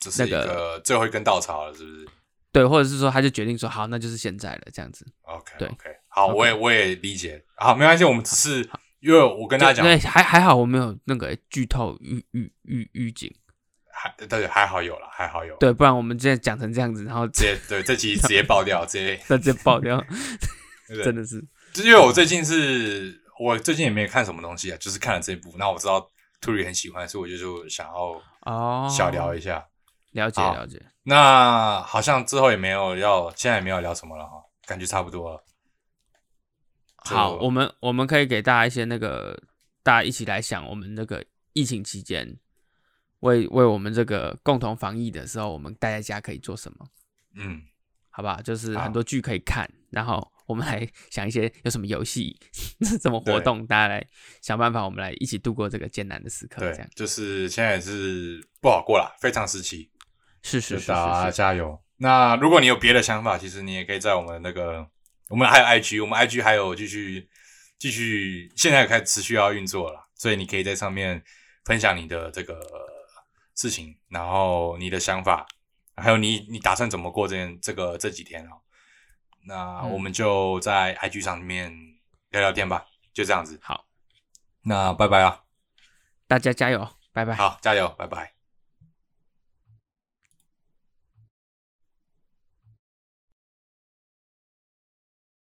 [SPEAKER 1] 这是一
[SPEAKER 2] 那
[SPEAKER 1] 个最后一根稻草了，是不是
[SPEAKER 2] 对，或者是说他就决定说好，那就是现在了这样子，
[SPEAKER 1] ？OK，
[SPEAKER 2] 对
[SPEAKER 1] o k 好
[SPEAKER 2] OK
[SPEAKER 1] 我也我也理解。好，没关系，我们只是因为我跟大家
[SPEAKER 2] 就对
[SPEAKER 1] 讲，
[SPEAKER 2] 还还好我没有那个剧透预预预预警，
[SPEAKER 1] 还对还好有了，还好有。，
[SPEAKER 2] 对，不然我们现在讲成这样子，然后
[SPEAKER 1] 直接对这集直接爆掉，直接
[SPEAKER 2] 直接爆掉，
[SPEAKER 1] 对
[SPEAKER 2] 真的是
[SPEAKER 1] 就是因为我最近是我最近也没看什么东西啊，就是看了这部，那我知道兔里很喜欢，所以我就就想要
[SPEAKER 2] 哦，
[SPEAKER 1] 小聊一下。
[SPEAKER 2] 了解
[SPEAKER 1] 好
[SPEAKER 2] 了解，
[SPEAKER 1] 那好像之后也没有要，现在也没有聊什么了哈，感觉差不多了。
[SPEAKER 2] 好，
[SPEAKER 1] 就
[SPEAKER 2] 我们我们可以给大家一些那个，大家一起来想，我们那个疫情期间，为为我们这个共同防疫的时候，我们待在家可以做什么，
[SPEAKER 1] 嗯，
[SPEAKER 2] 好不好？就是
[SPEAKER 1] 好
[SPEAKER 2] 很多剧可以看，然后我们来想一些有什么游戏、什么活
[SPEAKER 1] 对
[SPEAKER 2] 动，大家来想办法，我们来一起度过这个艰难的时刻。这
[SPEAKER 1] 对
[SPEAKER 2] 样，
[SPEAKER 1] 就是现在也是不好过了，非常时期，
[SPEAKER 2] 是是
[SPEAKER 1] 就是啊
[SPEAKER 2] 是
[SPEAKER 1] 大家
[SPEAKER 2] 是，
[SPEAKER 1] 加油。那如果你有别的想法，其实你也可以在我们那个，我们还有 IG，我们 IG 还有继续继续，现在开始持续要运作了啦，所以你可以在上面分享你的这个事情，然后你的想法，还有你你打算怎么过这件这个这几天哦。那
[SPEAKER 2] 嗯
[SPEAKER 1] 我们就在 IG 上面聊聊天吧，就这样子。
[SPEAKER 2] 好，
[SPEAKER 1] 那拜拜啊，
[SPEAKER 2] 大家加油，拜拜。
[SPEAKER 1] 好，加油，拜拜。